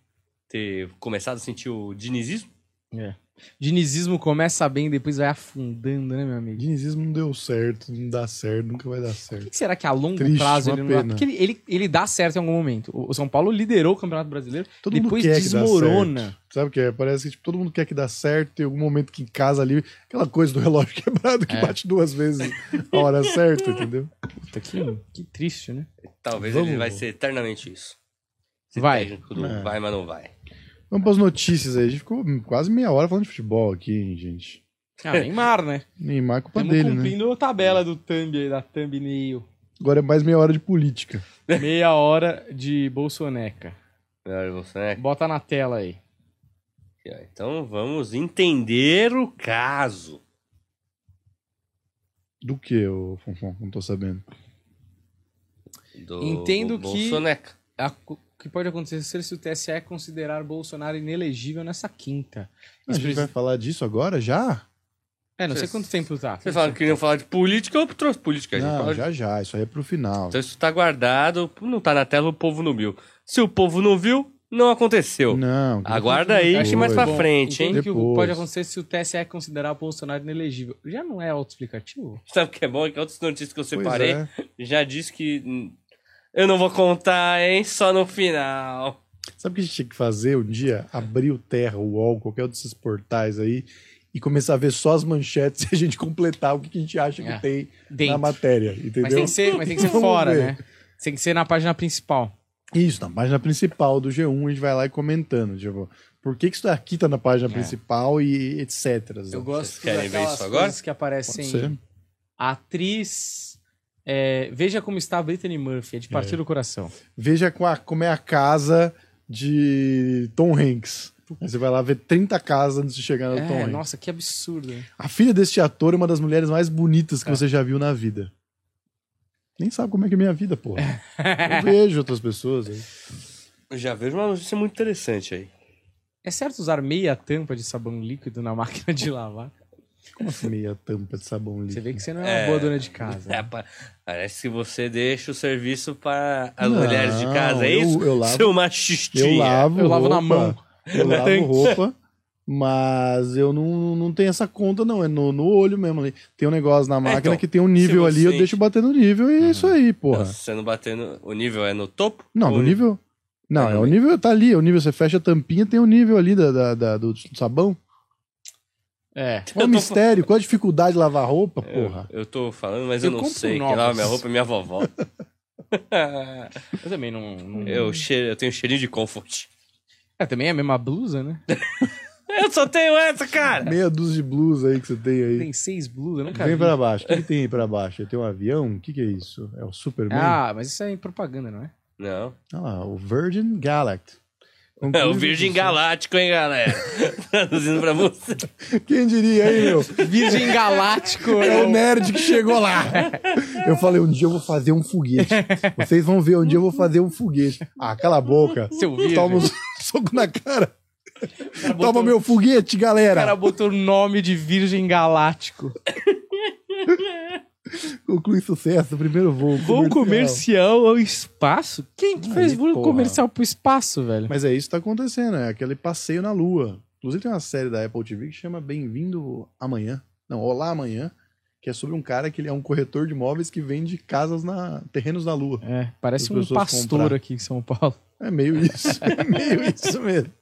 S3: ter começado a sentir o dinizismo.
S1: É. Dinizismo começa bem, depois vai afundando, né, meu amigo?
S2: Dinizismo não deu certo, não dá certo, nunca vai dar
S1: Por
S2: certo.
S1: que que será que a longo
S2: Triste,
S1: prazo
S2: uma
S1: ele não dá?
S2: pena.
S1: Porque ele, ele, ele dá certo em algum momento. O o São Paulo liderou o Campeonato Brasileiro,
S2: Todo
S1: depois
S2: mundo quer que dá
S1: desmorona.
S2: certo. Sabe o que é? Parece que tipo, todo mundo quer que dá certo, tem algum momento que em casa ali, aquela coisa do relógio *laughs* quebrado que
S1: É.
S2: bate duas vezes a hora certa, entendeu?
S1: Puta, que, que triste, né?
S3: Talvez
S2: Vamos.
S3: ele vai ser eternamente isso. Esse
S1: Vai.
S3: técnico do
S2: É.
S3: vai, mas não vai.
S2: Vamos para as notícias aí. A gente ficou quase meia hora falando de futebol aqui, hein, gente.
S1: Ah, Neymar, né?
S2: Neymar é culpa
S1: Estamos
S2: dele, né?
S1: cumprindo a tabela do thumb aí, da thumbnail.
S2: Agora é mais meia hora de política.
S1: Meia *laughs* hora de Bolsoneca.
S3: Melhor evolução, né?
S1: Bota na tela aí.
S3: Então vamos entender o caso.
S2: Do que, ô Fonfon? Não tô sabendo. Ah,
S3: Do
S1: Entendo que-
S3: Bolsoneca.
S1: a- o que pode acontecer se o TSE considerar Bolsonaro inelegível nessa quinta.
S2: A gente
S1: Ex-presi-
S2: vai falar disso agora já?
S1: É, não sei
S3: Vocês-
S1: quanto tempo tá.
S3: Vocês falaram que queriam falar de política, eu trouxe política. a gente
S2: Não,
S3: fala de-
S2: já já. Isso aí é pro final.
S3: Então isso tá guardado, não tá na tela, o povo não viu. Se o povo não viu, não aconteceu.
S2: Não.
S3: Aguarda aí,
S1: Eu
S3: que mais pra
S1: bom.
S3: frente, hein?
S1: Entendo que o que
S2: Depois.
S1: pode acontecer se o TSE considerar Bolsonaro inelegível. Já não é autoexplicativo?
S3: Sabe o que é bom? É Que outras notícias que eu
S2: Pois
S3: separei
S2: é.
S3: já disse que. hum, Eu não vou contar, hein? Só no final.
S2: Sabe o que a gente tinha que fazer um dia? Abrir o Terra, o UOL, qualquer um desses portais aí e começar a ver só as manchetes *laughs* e a gente completar o que a gente acha que
S1: É.
S2: tem na
S1: Dentro.
S2: matéria, entendeu?
S1: Mas tem, que ser, mas tem que ser
S2: Vamos
S1: fora,
S2: ver.
S1: né? Tem que ser na página principal.
S2: Isso, na página principal do G1 a gente vai lá e comentando, tipo, por que, que isso daqui tá na página
S1: É.
S2: principal e etc.
S1: Eu gosto
S3: querem ver
S1: daquelas
S3: isso agora?
S1: coisas que
S2: Pode
S1: aparecem.
S2: ser.
S1: Atriz. é, veja como está a Britney Murphy, é de partir do coração.
S2: Veja com a- como é a casa de Tom Hanks. Aí você vai lá ver 30 casas antes de chegar no Tom
S1: É,
S2: Hanks.
S1: nossa, que absurdo. hein?
S2: A filha deste ator é uma das mulheres mais bonitas que
S1: É.
S2: você já viu na vida. Nem sabe como é que é minha vida, porra.
S3: É.
S2: Eu vejo outras pessoas. aí.
S3: Eu já vejo uma notícia muito interessante aí.
S1: É certo usar meia tampa de sabão líquido na máquina de lavar?
S2: Como assim meia tampa de sabão líquido?
S1: Você vê que você não é uma boa dona de casa.
S3: É, pa- parece que você deixa o serviço para as
S2: Não,
S3: mulheres de casa, é
S2: eu-
S3: isso?
S2: eu lavo-
S3: Seu machistinha.
S2: Eu lavo,
S1: Eu lavo na
S2: roupa,
S1: mão.
S2: Eu
S1: No
S2: lavo
S1: tanque.
S2: roupa, mas eu não, não tenho essa conta, não. É no, no olho mesmo ali. Tem um negócio na máquina
S3: então,
S2: que tem um
S3: se
S2: nível ali, eu
S3: você-
S2: deixo bater no nível e é isso aí, porra.
S3: Não, se você não bater no... O nível é no topo?
S2: Não,
S3: Ou-
S2: no nível. Não,
S3: É,
S2: é
S3: no
S2: o nível tá ali, é o nível, você fecha a tampinha, tem o nível ali da, da- da- do sabão.
S1: É.
S2: Qual o
S3: Eu tô- É.
S2: mistério? Qual a dificuldade de lavar roupa, porra? um
S3: Eu, eu tô falando, mas eu,
S1: Eu
S3: não
S1: compro
S3: sei. Quem
S1: novas.
S3: lava minha roupa é minha
S2: *laughs*
S3: vovó.
S1: Eu também não. não-
S3: eu, cheiro, eu tenho cheirinho de comfort.
S1: É, também é a mesma blusa, né?
S3: Eu só tenho essa, cara!
S2: Meia dúzia de blusa aí que você tem aí.
S1: Tem seis blusas, eu nunca
S2: Vem
S1: vi.
S2: pra baixo. O que, que tem aí pra baixo? Tem um avião? O que, que é isso? É o Superman? Ah,
S1: Ah, mas isso é em propaganda, não é?
S3: Não.
S2: lá, o Virgin Galactic.
S3: É o Virgem Galáctico, hein, galera? *laughs* Traduzindo pra você.
S2: Quem diria, hein, meu?
S1: Virgem *laughs* Galáctico.
S2: É o nerd que chegou lá. Eu falei, um dia eu vou fazer um foguete. Vocês vão ver, um dia eu vou fazer um foguete. Ah, cala a boca.
S1: Seu virgem.
S2: Toma um *laughs* soco na cara.
S1: botou-
S2: Toma meu foguete,
S1: O cara
S2: galera.
S1: botou o nome de Virgem Galáctico.
S2: Conclui sucesso, primeiro voo.
S1: Voo
S2: comercial.
S1: comercial ao espaço? Quem que fez
S2: Aí,
S1: voo
S2: porra.
S1: comercial pro espaço, velho?
S2: *laughs* Mas é isso que tá acontecendo, é aquele passeio na lua. Inclusive tem uma série da Apple TV que chama Bem-vindo Amanhã. Não, Olá Amanhã, que é sobre um cara que ele é um corretor de imóveis que vende casas na terrenos na lua.
S1: É, parece
S2: As
S1: um
S2: pessoas
S1: pastor
S2: comprar.
S1: aqui em São Paulo.
S2: É meio isso, *laughs* é meio isso mesmo.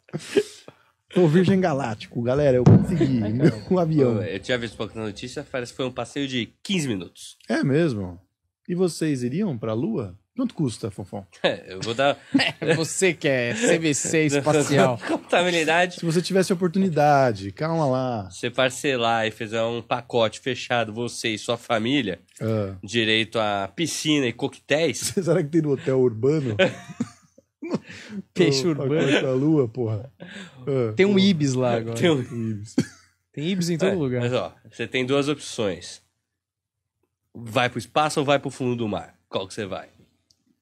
S2: Tô virgem galáctico, galera, eu *laughs* consegui meu avião.
S3: Eu tinha visto um pouco na notícia, parece que foi um passeio de 15 minutos. *laughs*
S2: É mesmo. E vocês iriam pra lua? Quanto custa, Fonfon?
S3: Eu
S2: *laughs*
S3: vou dar
S1: *laughs* É você que é CVC espacial.
S3: *laughs* contabilidade.
S2: Se você tivesse oportunidade, calma lá.
S3: Você parcelar e fizer um pacote fechado, você e sua família,
S2: Ah,
S3: direito a piscina e coquetéis,
S2: será que tem no hotel *laughs* urbano?
S1: Peixe
S2: Pô,
S1: urbano.
S2: pacote da lua, porra. Ah,
S1: Tem um
S2: porra.
S1: Ibis lá agora.
S3: tem um
S2: O Ibis.
S1: Tem Ibis em todo
S3: É,
S1: lugar.
S3: Mas ó, você tem duas opções. Vai pro espaço ou vai pro fundo do mar? Qual que você vai?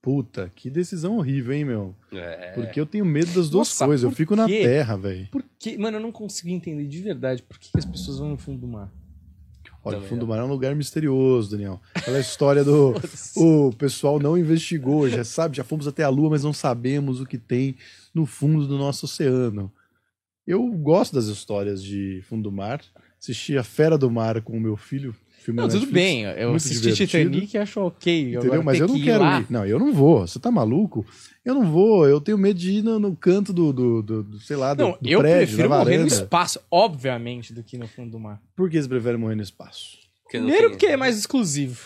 S2: Puta, que decisão horrível, hein, meu?
S3: É,
S2: Porque eu tenho medo das duas
S1: Nossa,
S2: coisas. Eu
S1: por
S2: fico na
S1: quê?
S2: terra, velho.
S1: Por que, mano, eu não consigo entender de verdade por que que as pessoas vão no fundo do mar.
S2: Olha,
S3: Também
S2: o fundo
S3: não.
S2: do mar é um lugar misterioso, Daniel. Aquela
S1: *laughs*
S2: história do. o pessoal não investigou, já sabe, já fomos até a Lua, mas não sabemos o que tem no fundo do nosso oceano. Eu gosto das histórias de fundo do mar. Assisti A Fera do Mar com o meu filho. Filme
S1: Não,
S2: na
S1: tudo
S2: Netflix.
S1: bem. Eu
S2: muito
S1: assisti
S2: divertido.
S1: Titanic e acho ok.
S2: Entendeu?
S1: Agora
S2: Mas
S1: ter
S2: eu não
S1: que ir
S2: quero
S1: lá-
S2: ir. Não, eu não vou. Você tá maluco? Eu não vou. Eu tenho medo de ir no, no canto do, do, do- do- sei lá, do,
S1: Não,
S2: do
S1: eu
S2: prédio, da
S1: prefiro morrer no
S2: varanda.
S1: espaço, obviamente, do que no fundo do mar.
S2: Por que você prefere morrer no espaço?
S3: Porque não
S1: Primeiro
S3: tem-
S1: porque é mais exclusivo.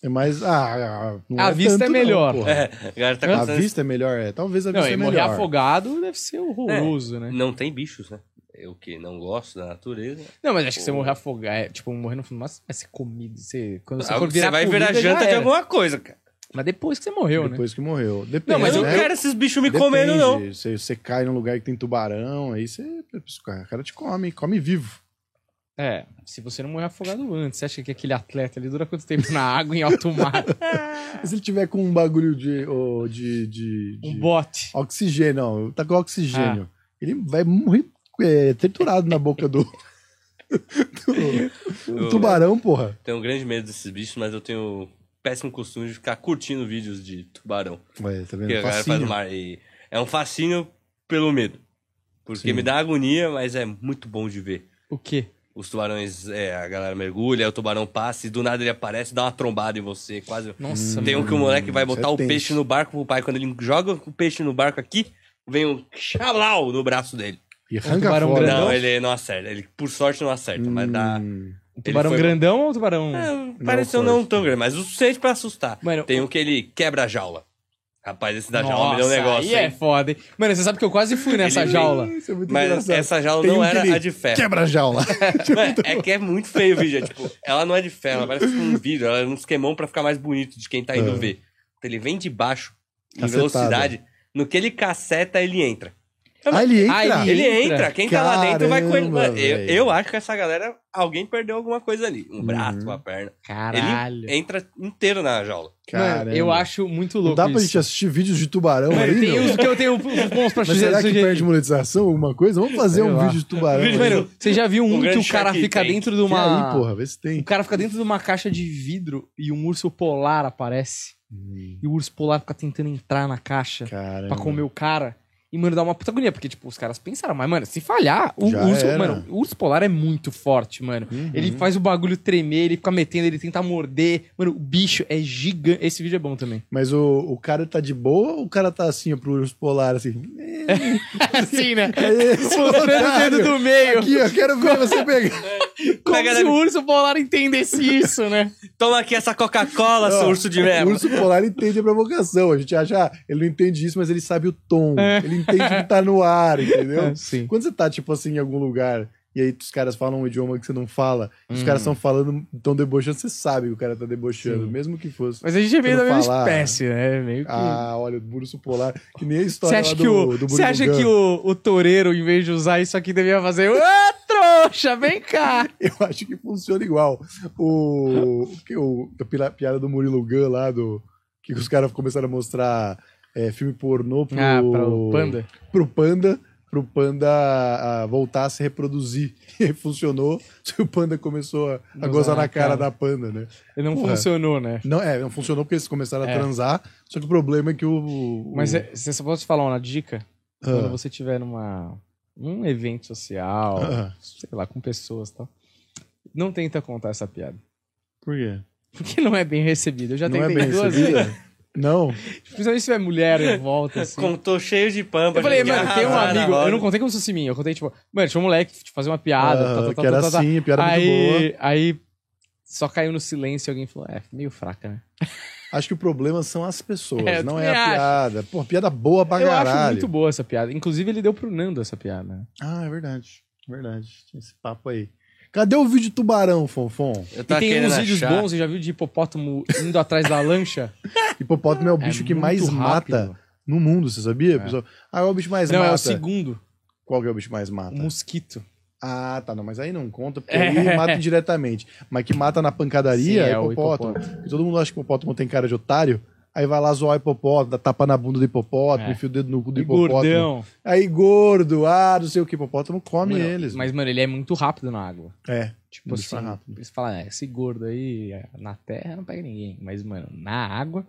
S2: É mais. Ah, ah, não
S1: A vista é
S2: tanto não,
S1: melhor.
S2: porra.
S3: É, a galera tá
S2: a
S3: gostando.
S2: vista é melhor, é. Talvez a
S1: Não,
S2: vista
S1: e
S2: é
S1: morrer
S2: melhor.
S1: afogado deve ser horroroso, né?
S3: Não tem bichos, né? Eu que não gosto da natureza.
S1: Não, mas acho que você
S3: Pô.
S1: morrer afogado, é, tipo, morrer no fundo do mar, você vai ser comido. Você, quando você
S3: Ah,
S1: for virar
S3: vai
S1: comida,
S3: virar
S1: já
S3: janta de
S1: era.
S3: alguma coisa, cara.
S1: Mas depois que você morreu, né?
S2: Depois que morreu. Depende,
S1: Não, mas
S3: eu não
S2: né?
S3: quero esses bichos me
S2: Depende.
S3: comendo, não.
S2: Você, você cai num lugar que tem tubarão, aí você. O cara te come, come vivo.
S1: É, se você não morrer afogado antes, você acha que aquele atleta ali dura quanto tempo na água em alto
S2: *laughs*
S1: mar?
S2: Mas se ele tiver com um bagulho de. ô, de, de, de
S1: Um bote.
S2: oxigênio, não, tá com oxigênio.
S3: Ah.
S2: Ele vai morrer é, triturado na boca do. *laughs* do- do tubarão, porra.
S3: Tenho um grande medo desses bichos, mas eu tenho péssimo costume de ficar curtindo vídeos de
S1: É
S3: tubarão.
S2: Ué, tá vendo?
S1: um
S3: Porque a galera faz
S2: Facinho.
S3: no mar. E é um fascínio pelo medo. Porque
S2: Sim.
S3: me dá agonia, mas é muito bom de ver.
S1: O quê?
S3: Os tubarões, é, a galera mergulha, o tubarão passa e do nada ele aparece, dá uma trombada em você, quase.
S1: Nossa,
S3: Tem um
S1: mano.
S3: que o moleque vai
S2: isso é
S3: botar o
S2: tenso.
S3: peixe no barco pro pai. Quando ele joga o peixe no barco aqui, vem um xalau no braço dele.
S2: E
S1: Um
S2: arranca
S1: tubarão
S2: fora.
S1: grandão.
S3: Não, ele não acerta. Ele, por sorte, não acerta, mas dá.
S2: Hum,
S1: Um tubarão
S3: ele foi-
S1: grandão ou um tubarão...
S3: É, pareceu não,
S2: forte.
S3: tão grande, mas o suficiente pra assustar.
S1: Mano,
S3: Tem um que ele quebra a jaula. Rapaz, esse da
S1: Nossa,
S3: jaula me deu um negócio.
S1: aí é
S3: hein?
S1: foda, hein? Mano, você sabe que eu quase fui nessa
S3: Ele-
S1: jaula.
S2: Isso é muito
S3: Mas
S2: engraçado.
S3: essa é. jaula
S2: Tem
S3: não
S2: um que
S3: era
S2: ele
S3: a de ferro.
S2: Quebra
S1: *laughs*
S2: a jaula. *laughs* Tipo,
S3: Mano,
S2: então.
S3: é que é muito feio o vídeo. É, tipo, ela não é de ferro, ela parece um vidro, ela é um esquemão pra ficar mais bonito de quem tá indo
S2: É.
S3: ver. Então ele vem de baixo, em
S2: Cacetada.
S3: velocidade, no que ele caceta, ele entra.
S2: Ah, ele entra?
S1: Ah, ele-
S3: Ele entra,
S1: Entra?
S3: quem tá lá dentro vai com ele.
S2: Caramba,
S3: Mano, Eu,
S2: velho.
S3: eu acho que essa galera, alguém perdeu alguma coisa ali. Um braço,
S2: Uhum.
S3: uma perna.
S1: Caralho.
S3: Ele entra inteiro na jaula.
S1: Mano, eu acho muito
S2: Não
S1: louco
S2: dá pra
S1: isso.
S2: gente assistir vídeos de tubarão
S1: Mano,
S2: aí,
S1: tem
S2: meu?
S1: uns que eu tenho os bons pra
S2: Mas será que
S1: sugerir.
S2: perde monetização, alguma coisa? Vamos fazer
S1: Sei
S2: um
S1: lá.
S2: vídeo de tubarão.
S3: Vídeo
S2: aí.
S3: de
S1: Mano, você já viu
S3: O
S1: um que
S3: grande
S1: o cara
S3: Shark
S1: fica
S3: Tank.
S1: dentro de
S2: E
S1: uma...
S2: aí, porra, vê se tem.
S1: O cara fica dentro de uma caixa de vidro e um urso polar aparece.
S2: Hum,
S1: E o urso polar fica tentando entrar na caixa
S2: Cara.
S1: pra comer o cara. E, mano, dá uma puta agonia, porque, tipo, os caras pensaram, mas, mano, se falhar, o
S2: Já
S1: urso.
S2: era.
S1: Mano, o urso polar é muito forte, mano.
S2: Uhum.
S1: Ele faz o bagulho tremer, ele fica metendo, ele tenta morder. Mano, o bicho é gigante. Esse vídeo é bom também.
S2: Mas o, o cara tá de boa ou o cara tá assim, ó, pro urso
S1: *laughs*
S2: polar, assim?
S1: assim, né?
S2: É esse,
S1: Mostrando *laughs* o
S2: otário.
S1: dedo do meio. Tá
S2: Aqui, eu quero ver você pegar.
S1: Como
S3: Pega
S1: se
S3: na-
S1: o urso polar entendesse isso, *laughs* né?
S3: Toma aqui essa Coca-Cola, seu
S2: Ó,
S3: urso de
S2: O
S3: merda.
S2: urso polar ele entende a provocação. A gente acha, ah, ele não entende isso, mas ele sabe o tom. Ele entende o que tá no
S1: *laughs*
S2: ar, entendeu?
S1: É. Sim.
S2: Quando você tá, tipo assim, em algum lugar e aí os caras falam um idioma que você não fala, os caras estão falando, estão debochando, você sabe que o cara tá debochando,
S1: Hum. Sim.
S2: mesmo que fosse.
S1: Mas a gente é meio da
S2: Quando
S1: mesma
S2: falar-
S1: espécie, né? Meio que.
S2: Ah, olha, o urso polar, que nem a
S1: Você
S2: história
S1: acha
S2: lá
S1: que,
S2: do,
S1: o,
S2: do
S1: você acha
S2: Burubugan.
S1: que o, o toureiro, em vez de usar isso aqui, devia fazer. Ô, trouxa, vem cá!
S2: Eu *laughs* acho que funciona igual. O, o, que- o- a pila- piada do Murilo Gun lá, do, que os caras começaram a mostrar é, filme pornô
S1: *laughs*
S2: pro,
S1: Ah, pra o panda.
S2: pro panda pro panda ah, voltar a se reproduzir. *laughs* E funcionou. Se o panda começou a, a gozar na cara da panda, né?
S1: Ele não
S2: Porra.
S1: funcionou, né?
S2: Não, é, não funcionou porque eles começaram
S1: É.
S2: a transar. Só que o problema é que o. o-
S1: Mas é- você só pode falar uma dica?
S2: Ah.
S1: Quando você tiver numa um evento social,
S2: Ah.
S1: sei lá, com pessoas e tal. Não tenta contar essa piada. *laughs*
S2: Por quê?
S1: Porque não é bem recebido. Eu já
S2: Não é
S1: tentei
S2: bem
S1: duas vezes.
S2: recebida? Não.
S1: Principalmente se tiver mulher em volta, assim.
S3: Contou cheio de pampa.
S1: Eu falei,
S3: *laughs* gente,
S1: mano, tem um
S3: arrasar na
S1: amigo. Eu
S3: roda.
S1: não contei como se fosse mim. Eu contei, tipo, mano, tinha um moleque tipo, fazer uma piada.
S2: Ah,
S1: tá, tá, tá,
S2: que era
S1: tá, tá,
S2: assim, piada muito boa.
S1: aí, aí só caiu no silêncio e alguém falou, é, meio fraca, né?
S2: Acho que o problema são as pessoas,
S1: É, eu
S2: não
S1: também
S2: é a
S1: acho.
S2: piada. Pô, piada boa pra
S1: eu acho
S2: caralho.
S1: muito boa essa piada. Inclusive, ele deu pro Nando essa piada.
S2: Ah, é verdade. Verdade. Tinha esse papo aí. Cadê o vídeo de tubarão, Fonfon?
S3: Eu
S1: E
S3: tava
S1: tem
S3: Tá querendo
S1: uns vídeos
S3: achar.
S1: bons, você já viu de hipopótamo indo atrás da lancha?
S2: Hipopótamo é
S1: *laughs*
S2: *laughs* o
S1: É
S2: bicho que
S1: muito
S2: mais
S1: rápido.
S2: mata no mundo, você sabia? pessoal? Ah, é o bicho mais
S1: Não,
S2: mata.
S1: é o segundo,
S2: Qual que é o bicho mais
S1: o
S2: mata?
S1: mosquito.
S2: Ah, tá, não, mas aí não conta, porque
S1: É.
S2: aí mata indiretamente. Mas que mata na pancadaria
S1: Sim,
S2: é
S1: é o
S2: hipopótamo. E todo mundo acha que hipopótamo tem cara de otário. Aí vai lá zoar o hipopótamo, dá tapa na bunda do hipopótamo,
S1: É.
S2: enfia o dedo no cu do
S1: E
S2: hipopótamo.
S1: gordão.
S2: Aí gordo, ah, não sei o que, hipopótamo come
S1: Mano,
S2: eles.
S1: Mas, mano, ele é muito rápido na água.
S2: É,
S1: Tipo
S2: Isso é
S1: assim,
S2: rápido.
S1: eles falam, "É, esse gordo aí é, na terra não pega ninguém. Mas, mano, na água.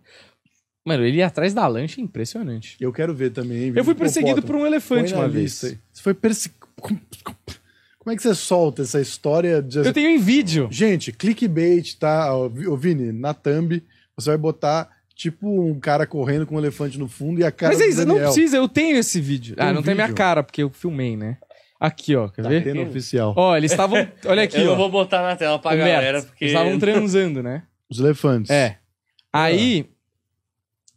S1: Mano, ele ir atrás da lancha é impressionante.
S2: Eu quero ver também. hein,
S1: Eu fui
S2: hipopótamo.
S1: perseguido por um elefante
S2: Põe na
S1: uma vez.
S2: lista aí. Você foi perseguido. Como é que você solta essa história de. assim?
S1: Eu tenho em vídeo.
S2: Gente, clickbait, tá? Ó, Vi- Ô, Vini, na thumb, você vai botar tipo um cara correndo com um elefante no fundo e a cara.
S1: Mas é
S2: do
S1: isso, não
S2: Daniel.
S1: precisa, eu tenho esse vídeo.
S2: Tem
S1: ah,
S2: um
S1: não tem minha
S2: vídeo?
S1: cara, porque eu filmei, né? Aqui, ó, quer
S2: Tá
S1: ver?
S2: tendo oficial.
S1: Ó, eles estavam. Olha aqui,
S3: eu
S1: ó.
S3: não vou botar na tela pra
S1: Humberto,
S3: galera, porque...
S1: Eles estavam transando, né?
S2: *laughs* Os elefantes.
S1: É. Aí.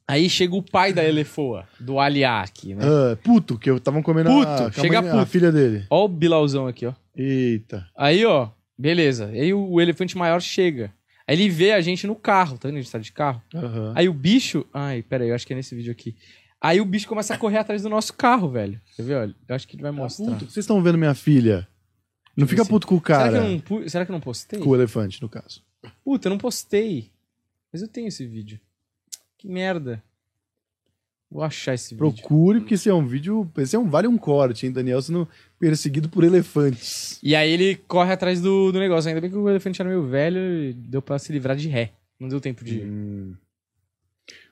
S1: Aí chega o pai da elefoa, do Aliak, né?
S2: Ah, puto, que eu tava comendo
S1: Puto,
S2: a, com a
S1: chega
S2: mãe-
S1: puto.
S2: a filha dele.
S1: Ó o Bilauzão aqui, ó.
S2: Eita.
S1: Aí, ó, beleza. Aí o, o elefante maior chega. Aí ele vê a gente no carro, tá vendo? A gente tá de carro.
S2: Aham.
S1: Aí o bicho. Ai, pera aí, eu acho que é nesse vídeo aqui. Aí o bicho começa a correr atrás do nosso carro, velho. Quer ver, olha? Eu acho que ele vai mostrar.
S2: Tá Puto, vocês estão vendo minha filha? Não fica
S1: Esse-
S2: puto com o
S1: Tipo assim,
S2: cara.
S1: Será, que eu não, pu- será que eu não postei?
S2: Com o elefante, no caso.
S1: Puta, eu não postei. Mas eu tenho esse vídeo. Que merda. Vou achar esse vídeo.
S2: Procure, porque esse é um vídeo. Esse é um vale um corte, hein, Daniel? Sendo perseguido por elefantes.
S1: E aí ele corre atrás do, do negócio. Ainda bem que o elefante era meio velho e deu pra se livrar de ré. Não deu tempo de.
S2: Hum.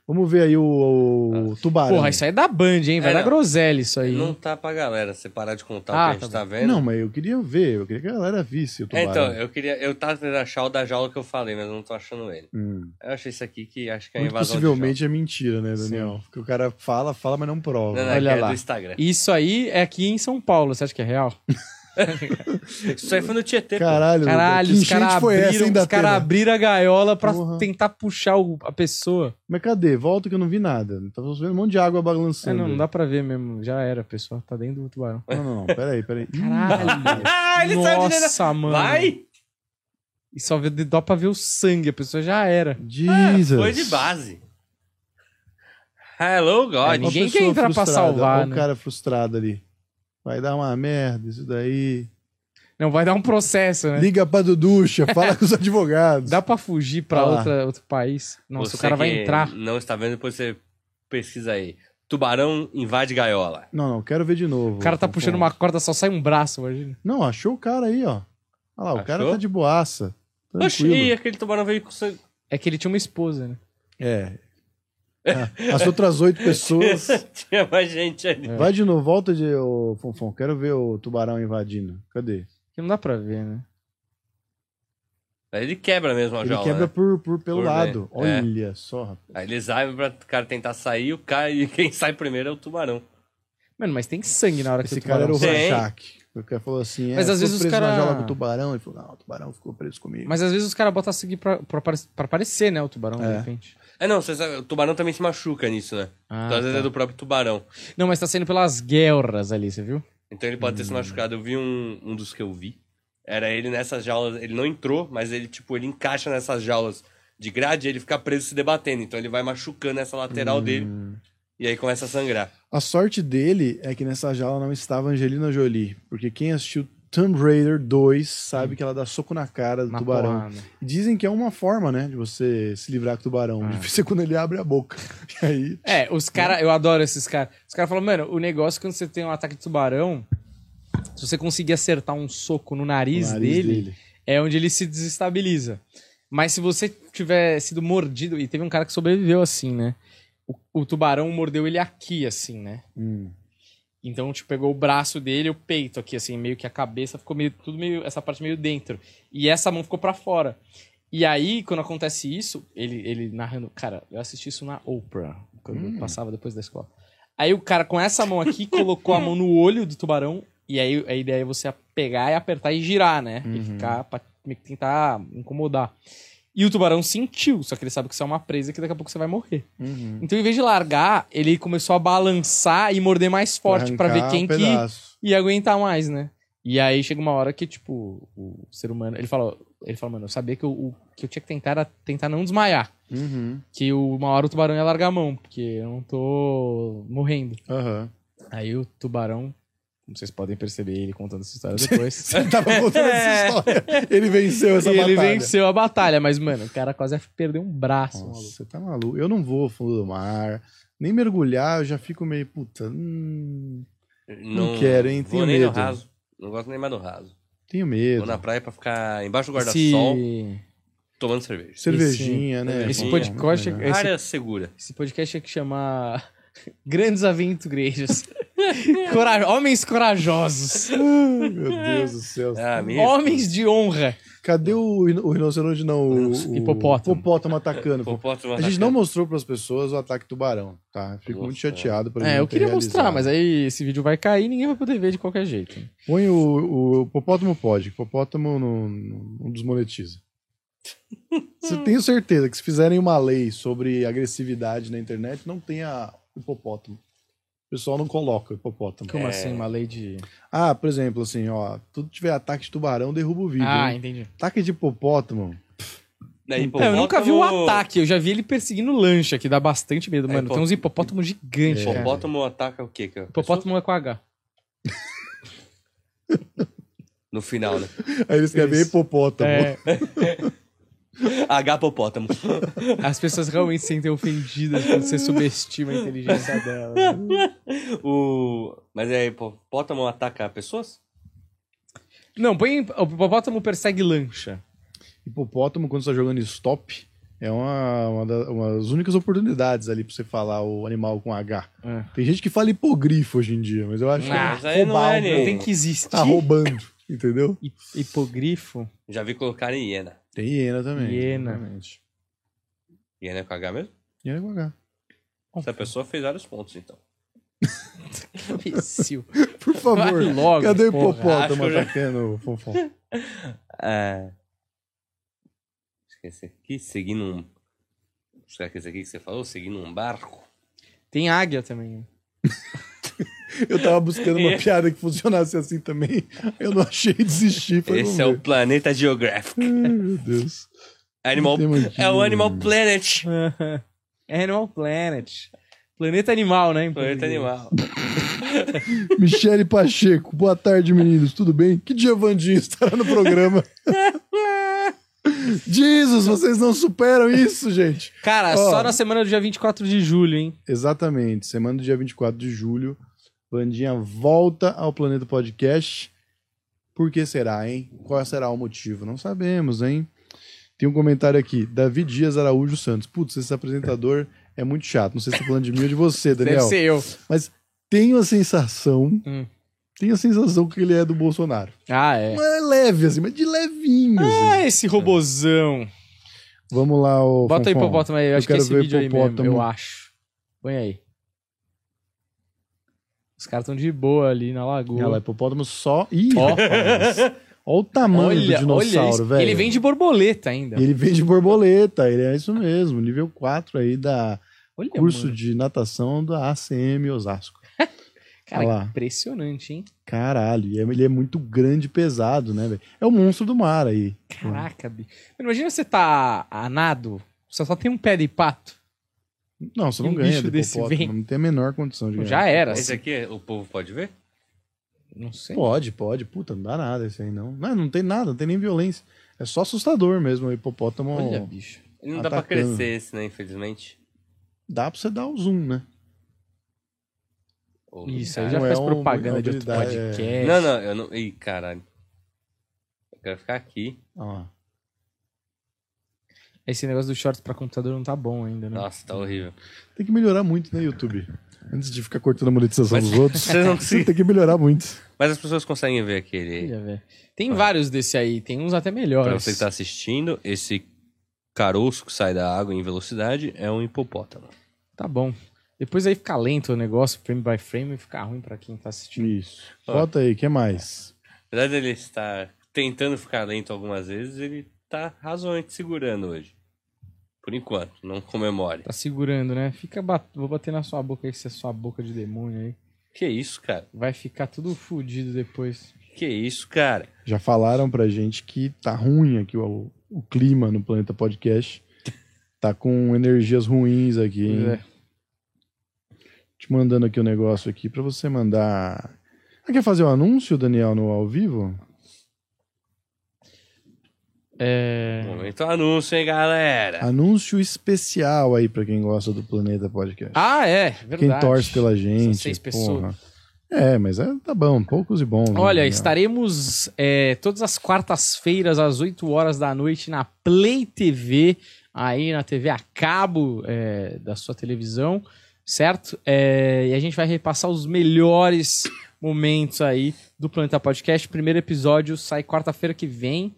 S2: Vamos ver aí o, o tubarão.
S1: Porra, isso aí é da Band, hein? Vai
S3: É,
S1: dar
S3: não.
S1: groselha isso aí.
S3: Não tá pra galera, você parar de contar
S1: Ah,
S3: o que a gente
S1: tá
S3: tá, vendo.
S2: Não, mas eu queria ver, eu queria que a galera visse o
S3: É,
S2: tubarão.
S3: então, eu queria. Eu tava tentando achar o da jaula que eu falei, mas eu não tô achando ele.
S2: Hum.
S3: Eu achei isso aqui que acho que é a
S2: Muito
S3: invasão. de
S2: possivelmente é mentira, né, Daniel? Porque o cara fala, fala, mas não prova.
S3: jaula. Não, não,
S1: Olha
S3: Olha é
S1: lá.
S3: do Instagram.
S1: Isso aí é aqui em São Paulo, você acha que é real?
S3: Isso aí foi no Tietê. pô.
S2: Caralho,
S1: Caralho,
S2: que
S1: os caras
S2: enchente foi essa,
S1: abriram,
S2: hein,
S1: os
S2: da
S1: cara abriram a gaiola pra
S2: Porra.
S1: tentar puxar o- a pessoa.
S2: Mas cadê? Volta que eu não vi nada. Tava vendo um monte de água
S1: É,
S2: balançando.
S1: não, não dá pra ver mesmo, já era, a pessoa tá dentro do tubarão.
S2: Não, não, não, peraí, peraí.
S1: Caralho!
S3: Ah, ele
S1: Nossa,
S3: saiu de dentro.
S1: mano.
S3: Vai!
S1: E só vê- dá pra ver o sangue, a pessoa já era.
S2: Jesus.
S3: Ah, Foi de base. Hello,
S1: É,
S3: God.
S2: Uma
S1: ninguém
S2: pessoa
S1: quer entrar pra
S2: frustrada,
S1: salvar,
S2: olha
S1: né?
S2: o cara frustrado ali. Vai dar uma merda isso daí.
S1: Não, vai dar um processo, né?
S2: Liga pra
S1: *laughs*
S2: Duducha, fala com os advogados.
S1: Dá pra fugir pra
S2: Olha lá.
S1: outra, outro país? Nossa,
S3: Você
S1: o cara vai
S3: que
S1: entrar.
S3: Não está vendo, depois você pesquisa aí. Tubarão invade gaiola.
S2: Não, não, quero ver de novo.
S1: O cara tá puxando uma corda, só sai um braço, imagina.
S2: Não, achou o cara aí, ó. Olha lá, o cara
S3: Achou?
S2: tá de boaça.
S3: Oxi,
S2: Tranquilo.
S3: e aquele tubarão veio com sangue.
S1: É que ele tinha uma esposa, né?
S2: É. Ah, As outras oito
S1: *laughs*
S2: pessoas.
S3: *laughs*
S1: É.
S3: Tinha mais gente ali.
S2: Vai de novo, volta de ô, Fonfon. Quero ver o tubarão invadindo. Cadê?
S1: Que não dá pra ver, né? É.
S3: Aí ele quebra mesmo a
S2: Ele
S3: jaula.
S2: quebra
S3: né?
S2: por, por- pelo
S3: Por
S2: lado.
S3: dentro, é.
S2: Olha só, rapaz.
S3: Aí eles abrem pra o cara tentar sair, o cara, e quem sai primeiro é o tubarão.
S1: Mano, mas tem sangue na hora que
S2: Esse
S1: o
S2: cara era o
S1: tubarão sai.
S3: Sim.
S2: Rorschach. O cara falou assim: é,
S1: Mas às
S2: ficou
S1: vezes os
S2: preso
S1: cara-
S2: na jaula com o tubarão. Ele falou: não, o tubarão ficou preso comigo.
S1: Mas às vezes os caras botam sangue pra, pra, apare- pra aparecer, né? O tubarão, de
S2: É.
S1: repente.
S3: É, não, você sabe, o tubarão também se machuca nisso, né?
S1: Ah,
S3: então, às vezes
S1: tá.
S3: é do próprio tubarão.
S1: Não, mas tá saindo pelas guerras ali, você viu?
S3: Então ele pode
S2: Hum.
S3: ter se machucado. Eu vi um, um dos que eu vi. Era ele nessas jaulas. Ele não entrou, mas ele, tipo, ele encaixa nessas jaulas de grade e ele fica preso se debatendo. Então ele vai machucando essa lateral dele
S2: Hum.
S3: e aí começa a sangrar.
S2: A sorte dele é que nessa jaula não estava Angelina Jolie. Porque quem assistiu Tomb Raider 2 sabe que ela dá soco na cara do
S1: Na
S2: tubarão.
S1: porrada.
S2: Dizem que é uma forma, né, de você se livrar com o tubarão.
S1: Ah.
S2: *laughs* Difícil é quando ele abre a boca. *laughs* E aí.
S1: É, os caras, eu adoro esses caras. Os caras falam, mano, o negócio é quando você tem um ataque de tubarão, se você conseguir acertar um soco no nariz,
S2: o nariz
S1: dele, é onde ele se desestabiliza. Mas se você tiver sido mordido, e teve um cara que sobreviveu assim, né? O, o tubarão mordeu ele aqui, assim, né?
S2: Hum.
S1: Então, tipo, pegou o braço dele, e o peito aqui, assim, meio que a cabeça ficou meio, tudo meio, essa parte meio dentro. E essa mão ficou pra fora. E aí, quando acontece isso, ele, ele narrando, cara, eu assisti isso na Oprah, quando eu passava depois da escola. Aí o cara, com essa mão aqui, colocou a mão no olho do tubarão, e aí a ideia é você pegar e apertar e girar, né? E
S2: Uhum.
S1: ficar, pra meio que tentar incomodar. E o tubarão sentiu, só que ele sabe que isso é uma presa que daqui a pouco você vai morrer.
S2: Uhum.
S1: Então, em vez de largar, ele começou a balançar e morder mais forte pra ver
S2: Arrancar
S1: quem
S2: um
S1: que
S2: pedaço.
S1: ia aguentar mais, né? E aí chega uma hora que, tipo, o ser humano. Ele fala, ele fala mano, eu sabia que eu, o que eu tinha que tentar era tentar não desmaiar.
S2: Uhum.
S1: Que o- uma hora o tubarão ia largar a mão, porque eu não tô morrendo.
S2: Aham. *laughs*
S1: Aí o tubarão, como vocês podem perceber ele contando essa história depois.
S2: Ele tava
S1: *laughs*
S2: contando essa história. Ele venceu *laughs* essa
S1: ele
S2: batalha.
S1: venceu a batalha, mas, mano, o cara quase perdeu um braço,
S2: Nossa,
S1: maluco.
S2: você tá maluco. Eu não vou ao fundo do mar. Nem mergulhar, eu já fico meio, puta, hum,
S3: Não,
S2: quero, hein?
S3: vou
S2: Tenho
S3: nem
S2: medo.
S3: no raso. Não gosto nem mais do raso.
S2: Tenho
S3: Vou
S2: medo.
S3: na praia pra ficar embaixo do
S1: Esse-
S3: guarda-sol tomando cerveja.
S2: Cervejinha,
S1: esse-
S2: né?
S1: esse
S2: Bom,
S1: podcast- é
S2: né?
S1: Esse-
S3: Área segura.
S1: Esse podcast tinha que chamar *laughs* Grandes Aventureiros. Cora- Homens corajosos.
S2: Ai, Meu Deus do céu.
S3: Ah, mesmo.
S1: Homens de honra.
S2: Cadê o, rino- o rinoceronte, não? O, o
S1: Hipopótamo.
S2: hipopótamo atacando. pô.
S3: Hipopótamo
S2: A gente
S3: atacando.
S2: não mostrou pras pessoas o ataque tubarão, tá? Fico muito
S3: Nossa.
S2: chateado por ele
S1: É,
S2: não
S1: eu
S2: ter
S1: queria mostrar, mas
S2: realizado.
S1: aí esse vídeo vai cair e ninguém vai poder ver de qualquer jeito.
S2: Põe o, o hipopótamo pode. Hipopótamo não,
S1: *laughs*
S2: não desmonetiza. Você tenho certeza que se fizerem uma lei sobre agressividade na internet, não tenha hipopótamo. O pessoal não coloca o hipopótamo.
S1: Como assim, uma lei de.
S2: Ah, por exemplo, assim, ó, tudo tiver ataque de tubarão, derruba o vídeo.
S1: Ah,
S2: hein?
S1: entendi.
S2: Ataque
S1: *laughs*
S2: de hipopótamo.
S3: É,
S1: É, eu nunca vi o
S3: hipopótamo-
S1: ataque, eu já vi ele perseguindo lancha, que dá bastante medo,
S3: É,
S1: mano.
S3: hipo-
S1: Tem uns hipopótamos gigantes, cara.
S3: Hipopótamo ataca o quê? cara?
S1: Hipopótamo é com H.
S3: No final, né?
S2: Aí eles escrevem
S1: Isso.
S2: hipopótamo.
S1: É,
S3: H-popótamo.
S1: as pessoas realmente se sentem ofendidas quando você subestima a inteligência dela.
S3: O... Mas é hipopótamo ataca pessoas?
S1: Não, põe. O hipopótamo persegue lancha.
S2: *laughs* Hipopótamo, quando você tá jogando stop, é uma, uma, da- uma das únicas oportunidades ali pra você falar o animal com H.
S1: É.
S2: Tem gente que fala hipogrifo hoje em dia, mas eu acho
S3: Ah,
S2: que
S3: mas aí não
S2: roubar
S3: é
S2: um
S3: nem-
S2: pouco.
S1: Tem que existir.
S2: Tá roubando, entendeu?
S1: Hi- Hipogrifo.
S3: Já vi colocar em hiena.
S2: Tem hiena também.
S1: Hiena.
S2: exatamente.
S3: Hiena é com H mesmo?
S2: Hiena com H.
S3: Essa pessoa fez vários pontos, então.
S1: *laughs* Imbecil.
S2: Por favor,
S1: Vai logo,
S2: cadê o
S1: porra.
S3: Acho que
S2: hipopótamo
S3: eu já-
S2: atacando o fofão?
S3: É... Esqueci aqui. Seguindo um... Será que esse aqui que você falou? Seguindo um barco?
S1: Tem águia também.
S2: Eu tava buscando uma
S3: *laughs* É.
S2: piada que funcionasse assim também. Eu não achei desisti. Falei,
S3: Esse
S2: vamos
S3: é o
S2: ver.
S3: Planeta Geographic.
S2: Ai, meu Deus.
S3: *laughs*
S2: Não
S3: Animal...
S2: tem mais
S3: É o
S2: dinheiro.
S3: Animal Planet.
S1: *laughs* Animal Planet. Planeta animal, né? em
S3: Planeta
S1: português.
S3: Animal.
S2: Michele Pacheco, boa tarde, meninos. Tudo bem? Que dia Vandinho estará no
S3: *laughs*
S2: programa? Jesus, vocês não superam isso, gente.
S1: Cara,
S2: Ó.
S1: Ah, só na semana do dia 24 de julho, hein?
S2: Exatamente. Semana do dia 24 de julho, Vandinha volta ao Planeta Podcast. Por que será, hein? Qual será o motivo? Não sabemos, hein? Tem um comentário aqui, Davi Dias Araújo Santos. Putz, esse apresentador é muito chato. Não sei se tá falando de mim ou de você, Daniel.
S1: Deve ser eu.
S2: Tenho a sensação.
S1: Hum.
S2: Tenho a sensação que ele é do Bolsonaro.
S1: Ah, é.
S2: Não é leve, assim, mas de levinho. assim.
S1: Ah, esse robozão.
S2: Vamos lá, o.
S1: Bota o
S2: Fonfon.
S1: hipopótamo aí. Eu,
S2: É. Eu
S1: acho que é
S2: quero
S1: esse
S2: ver
S1: vídeo aí mesmo,
S2: hipopótamo.
S1: eu acho. Põe aí. Os caras estão de boa ali na lagoa.
S2: Olha lá, é hipopótamo só. Ih,
S1: Ó.
S2: rapaz. Olha o tamanho do dinossauro,
S1: isso.
S2: velho.
S1: Ele vem de borboleta ainda.
S2: E Ele vem de borboleta, ele é isso mesmo, nível 4 aí da
S1: Olha,
S2: curso
S1: É, mano.
S2: de natação da ACM Osasco.
S1: Cara,
S2: Olha lá.
S1: impressionante, hein?
S2: Caralho, e é- ele é muito grande e pesado, né, velho? É o monstro do mar aí.
S1: Caraca, bicho. Mano, Imagina você tá a nado, você só tem um pé de pato.
S2: Não, você
S1: Um
S2: não ganha
S1: bicho
S2: do
S1: desse
S2: hipopótamo,
S1: vem.
S2: não tem a menor condição de ganhar.
S1: Já era.
S3: Esse
S1: assim.
S3: aqui é- o povo pode ver?
S1: Não sei.
S2: Pode, pode. Puta, não dá nada esse aí, não. Não, não tem nada, não tem nem violência. É só assustador mesmo, o hipopótamo.
S1: Olha, bicho.
S3: Ele não dá pra
S2: Atacando.
S3: crescer esse, né? Infelizmente.
S2: Dá pra você dar o zoom, né?
S3: Ou-
S1: Isso, aí
S2: Não
S1: já
S2: é
S1: faz
S2: uma
S1: propaganda de outro
S2: habilidade, é.
S1: podcast.
S3: Não, não, eu não. Ih, caralho. Eu quero ficar aqui.
S2: Olha lá.
S1: Esse negócio do shorts pra computador não tá bom ainda, né?
S3: Nossa, tá horrível.
S2: Tem que melhorar muito, né, YouTube? Antes de ficar cortando a monetização
S3: Mas-
S1: *laughs*
S2: dos outros,
S3: Vocês não
S2: você *laughs* tem que melhorar muito.
S3: Mas as pessoas conseguem ver aquele.
S1: Olha, velho. Tem vários desse aí, tem uns até melhores.
S3: Pra você que tá assistindo, esse caroço que sai da água em velocidade é um hipopótamo.
S1: Tá bom. Depois aí fica lento o negócio, frame by frame, e fica ruim pra quem tá assistindo.
S2: Isso. Bota aí, o que mais?
S3: Apesar dele estar tentando ficar lento algumas vezes, ele tá razoavelmente segurando hoje. Por enquanto, não comemore.
S1: Tá segurando, né? Fica bat... Vou bater na sua boca aí, que você é sua boca de demônio aí.
S3: Que isso, cara?
S1: Vai ficar tudo fudido depois.
S3: Que isso, cara?
S2: Já falaram pra gente que tá ruim aqui o, o clima no Planeta Podcast. Tá com energias ruins aqui, hein?
S1: Pois é.
S2: Te mandando aqui o negócio aqui pra você mandar. Ah, quer fazer o anúncio, Daniel, no ao vivo?
S1: É.
S3: Momento anúncio, hein, galera?
S2: Anúncio especial aí pra quem gosta do Planeta Podcast.
S1: Ah, é, verdade.
S2: Quem torce pela gente,
S1: seis
S2: porra.
S1: pessoas.
S2: É, mas é, tá bom, poucos e bons. né,
S1: Olha,
S2: Daniel?
S1: estaremos é, todas as quartas-feiras, às 8 horas da noite, na Play TV, aí na TV a cabo é, da sua televisão, certo? É, e a gente vai repassar os melhores momentos aí do Planeta Podcast. Primeiro episódio sai quarta-feira que vem,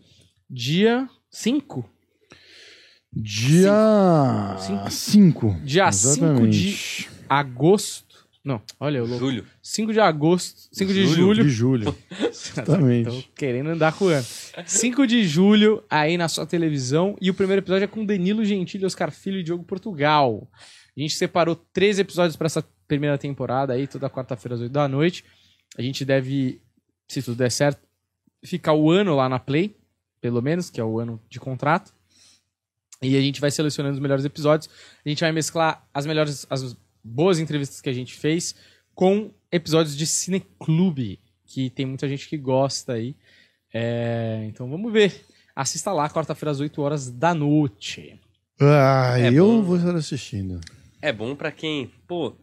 S1: dia 5.
S2: Dia
S1: Cinco.
S2: 5.
S1: Dia 5 de agosto. Não, olha, eu louco.
S3: Julho.
S1: 5 de agosto, 5 de
S3: Julho.
S1: julho.
S2: De
S1: *laughs*
S2: julho. Exatamente.
S1: Tô querendo andar com o ano. 5 de julho, aí na sua televisão. E o primeiro episódio é com Danilo Gentili, Oscar Filho e Diogo Portugal. A gente separou três episódios para essa primeira temporada aí, toda quarta-feira às 8 da noite. A gente deve, se tudo der certo, ficar o ano lá na Play, pelo menos, que é o ano de contrato. E a gente vai selecionando os melhores episódios. A gente vai mesclar as melhores, as boas entrevistas que a gente fez com episódios de Cineclube, que tem muita gente que gosta aí. É, então vamos ver. Assista lá, quarta-feira, às 8 horas da noite.
S2: Ah,
S3: É
S2: eu
S3: bom.
S2: vou estar assistindo.
S3: É bom pra quem, pô,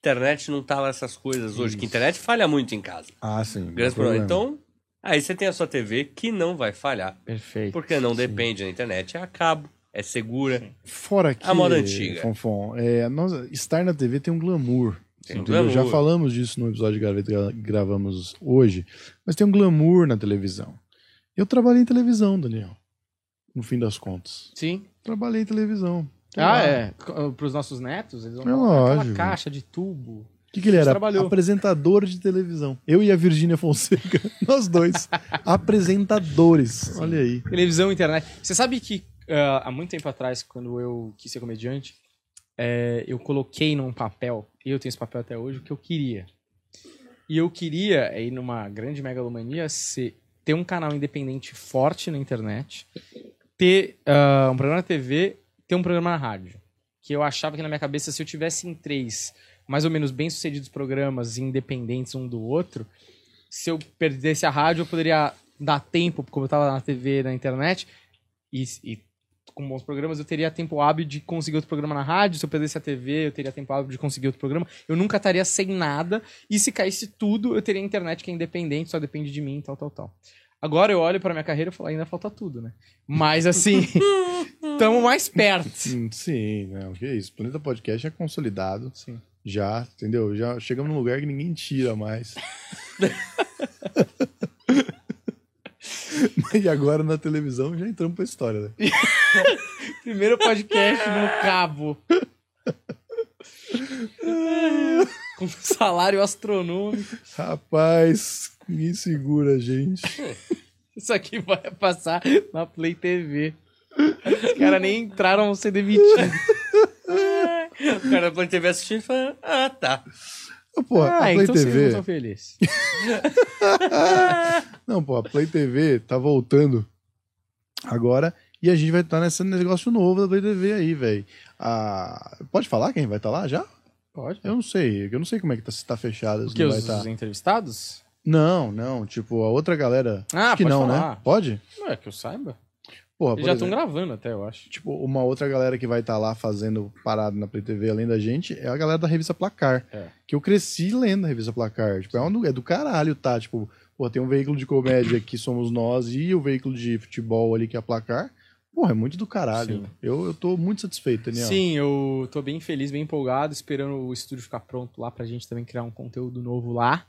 S3: internet não tá lá essas coisas hoje, que
S1: Isso.
S3: internet falha muito em casa.
S2: Ah, sim. não
S3: Grande problema.
S2: problema.
S3: Então, aí você tem a sua TV que não vai falhar,
S1: Perfeito.
S3: porque não depende da internet, é a cabo, é segura.
S2: Fora que,
S3: A moda antiga.
S2: Fonfon, é, nós, estar na TV tem um glamour.
S3: Tem um
S2: entendeu? Já
S3: glamour.
S2: falamos disso no episódio de gaveta que gravamos hoje, mas tem um glamour na televisão. Eu trabalhei em televisão, Daniel. No fim das contas.
S1: Sim.
S2: Trabalhei em televisão. Sei
S1: Ah,
S2: lá.
S1: é. Para os nossos netos, eles vão
S2: É
S1: colocar aquela
S2: lógico.
S1: caixa de tubo.
S2: O que, que ele era?
S1: Trabalhou.
S2: Apresentador de televisão. Eu e a Virgínia Fonseca, *laughs* nós dois. apresentadores. Olha aí.
S1: Televisão, internet. Você sabe que ah, há muito tempo atrás, quando eu quis ser comediante, eh, eu coloquei num papel, e eu tenho esse papel até hoje, o que eu queria. E eu queria, aí numa grande megalomania, ser, ter um canal independente forte na internet, ter ah, um programa na TV, ter um programa na rádio. Que eu achava que na minha cabeça, se eu tivesse em três mais ou menos bem-sucedidos programas independentes um do outro, se eu perdesse a rádio, eu poderia dar tempo, como eu tava na TV, na internet, e, e com bons programas, eu teria tempo hábil de conseguir outro programa na rádio. Se eu perdesse a TV, eu teria tempo hábil de conseguir outro programa. Eu nunca estaria sem nada. E se caísse tudo, eu teria internet que é independente, só depende de mim, tal, tal, tal. Agora eu olho pra minha carreira e falo, ainda falta tudo, né? Mas assim, *laughs* estamos mais perto.
S2: Hum, Sim, não, que isso. Planeta Podcast é consolidado.
S1: Sim.
S2: Já, entendeu? Já chegamos num lugar que ninguém
S1: *laughs*
S2: tira mais. e agora na televisão já entramos pra história, né?
S1: Primeiro podcast no
S2: *laughs*
S1: cabo. Com salário astronômico.
S2: Rapaz, ninguém segura a gente.
S1: Isso aqui vai passar na Play TV. Os caras nem entraram, vão ser demitidos.
S3: *laughs* O cara da Play TV assistindo e fala, ah, tá.
S2: Ah, Pô, a
S1: ah,
S2: Play
S1: então vocês não
S2: TV.
S1: são felizes.
S2: Não, pô, a Play TV tá voltando agora e a gente vai estar nesse negócio novo da Play TV aí, velho. Ah, pode falar quem vai estar lá já?
S1: Pode.
S2: Eu não sei, eu não sei como é que tá, se tá fechado, se
S1: Porque
S2: não vai
S1: os,
S2: estar.
S1: os entrevistados?
S2: Não, não, tipo, a outra galera.
S1: Ah,
S2: acho que
S1: pode
S2: não,
S1: falar.
S2: né? Pode?
S1: Não é que eu saiba.
S2: Porra,
S1: Eles
S2: por
S1: já tá um estão
S2: exemplo,
S1: gravando até, eu acho.
S2: Tipo, uma outra galera que vai estar lá fazendo parado na Play TV além da gente é a galera da revista Placar.
S1: É.
S2: Que eu cresci lendo a revista Placar. Tipo, é, um, é do caralho, tá? Tipo, pô, tem um veículo de comédia que somos nós e o veículo de futebol ali que é a Placar. Porra, é muito do caralho.
S1: Sim.
S2: Eu, eu tô muito satisfeito, Daniel.
S1: Sim, eu tô bem feliz, bem empolgado, esperando o estúdio ficar pronto lá pra gente também criar um conteúdo novo lá.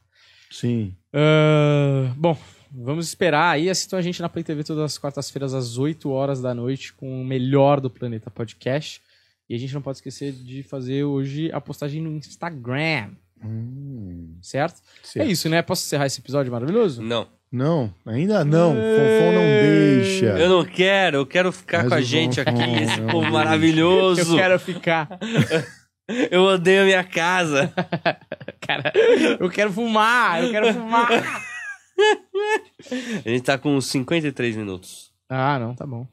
S2: Sim.
S1: Ah, bom, vamos esperar aí. Assistam a gente na Play TV todas as quartas-feiras às 8 horas da noite com o melhor do Planeta Podcast. E a gente não pode esquecer de fazer hoje a postagem no Instagram,
S2: Hum,
S1: certo? É
S2: certo.
S1: isso, né? Posso encerrar esse episódio maravilhoso?
S3: Não,
S2: Não, ainda não. Fonfon não
S1: Ei,
S2: deixa.
S3: eu não quero, eu quero ficar
S2: Mas
S3: com a
S2: o é
S3: gente
S2: Zonfon,
S3: aqui, esse
S2: meu
S3: povo
S2: Deus.
S1: Eu
S3: maravilhoso.
S1: quero ficar.
S3: Eu odeio a minha casa.
S1: Cara, eu quero fumar, eu quero fumar.
S3: A gente tá com 53 minutos.
S1: Ah, não, tá bom.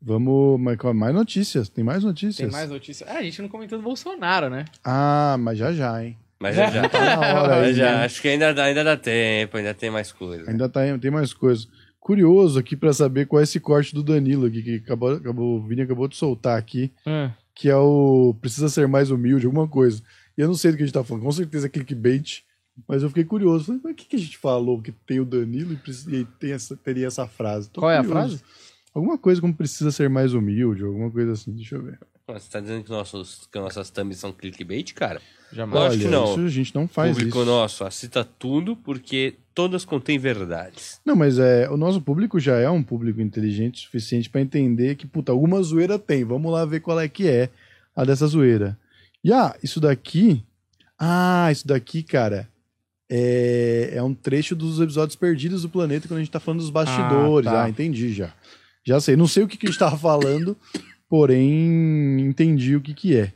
S2: Vamos, mas calma, mais notícias. Tem mais notícias?
S1: Tem mais notícias. Ah, a gente não comentou do Bolsonaro, né?
S2: Ah, mas já já, hein?
S3: Mas
S2: *laughs*
S3: já já.
S2: Tá na
S3: *laughs*
S2: hora
S3: Mas
S2: aí, hein?
S3: já, acho que ainda dá, ainda dá tempo, ainda tem mais coisa.
S2: Ainda tá, tem mais coisa. Curioso aqui pra saber qual é esse corte do Danilo aqui, que acabou, acabou, o Vini acabou de soltar aqui,
S1: Ah,
S2: que é o precisa ser mais humilde, alguma coisa. E eu não sei do que a gente tá falando, com certeza é clickbait, Mas eu fiquei curioso. Falei, mas o que, que a gente falou que tem o Danilo e, precisa- e tem essa- teria essa frase? Tô
S1: Qual é a
S2: curioso. Alguma coisa como precisa ser mais humilde, alguma coisa assim, deixa eu ver.
S3: Você tá dizendo que, nossos, que nossas thumbs são clickbait, cara?
S1: Jamais.
S3: Eu acho que
S2: Olha,
S3: não.
S2: Isso a gente não faz
S3: Público
S2: isso.
S3: nosso, assista tudo, porque todas contêm verdades.
S2: Não, mas é, o nosso público já é um público inteligente o suficiente pra entender que, puta, alguma zoeira tem. Vamos lá ver qual é que é a dessa zoeira. E ah, isso daqui. Ah, isso daqui, cara. É, é um trecho dos episódios perdidos do planeta quando a gente tá falando dos bastidores. Ah,
S1: tá.
S2: entendi já. Já sei. Não sei o que, que a gente tava falando, *laughs* porém entendi o que que é.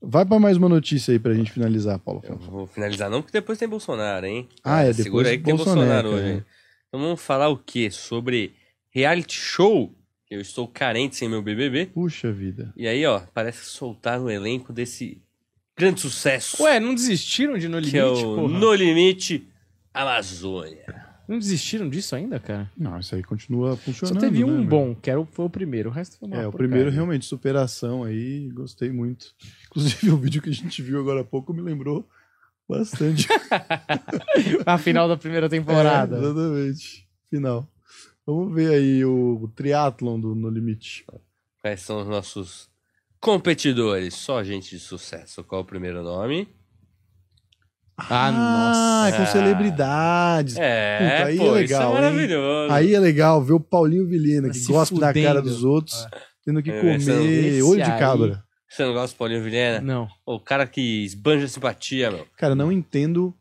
S2: Vai pra mais uma notícia aí pra gente finalizar, Paulo.
S3: Eu vou finalizar não, porque depois tem Bolsonaro, hein?
S2: Ah, é, depois
S3: Segura aí que tem
S2: Bolsonaro,
S3: Bolsonaro hoje.
S2: é.
S3: hein? Então vamos falar o quê? Sobre reality show. Eu estou carente sem meu BBB.
S2: Puxa vida.
S3: E aí, ó, parece soltar o elenco desse grande sucesso.
S1: Ué, não desistiram de No
S3: que
S1: Limite,
S3: é o
S1: porra?
S3: No Limite Amazônia.
S1: Não desistiram disso ainda, cara?
S2: Não, isso aí continua
S1: Só
S2: funcionando.
S1: teve um
S2: né, velho?
S1: bom, que era o, foi o primeiro. O resto foi uma
S2: É, o
S1: porcaria.
S2: primeiro realmente, superação aí, gostei muito. Inclusive, *laughs* o vídeo que a gente viu agora há pouco me lembrou *laughs* bastante.
S1: *laughs* A final da primeira temporada.
S2: *laughs* É, exatamente. Final. Vamos ver aí o triatlon do No Limite.
S3: Quais são os nossos competidores? Só gente de sucesso. Qual é o primeiro nome?
S1: Ah, nossa.
S2: Ah, com celebridades.
S3: É,
S2: Puta, aí
S3: pô,
S2: é
S3: isso é
S2: legal, hein?
S3: maravilhoso.
S2: Aí é legal ver o Paulinho Vilhena, que
S1: Tá Se
S2: gosta da
S1: fudendo.
S2: cara dos outros, tendo que
S3: É,
S2: comer
S1: esse
S2: olho de
S1: aí-
S2: cabra.
S3: Você não gosta do Paulinho
S2: Ah,
S3: Vilhena?
S1: Não.
S3: O cara que esbanja simpatia, meu.
S2: Cara, não entendo.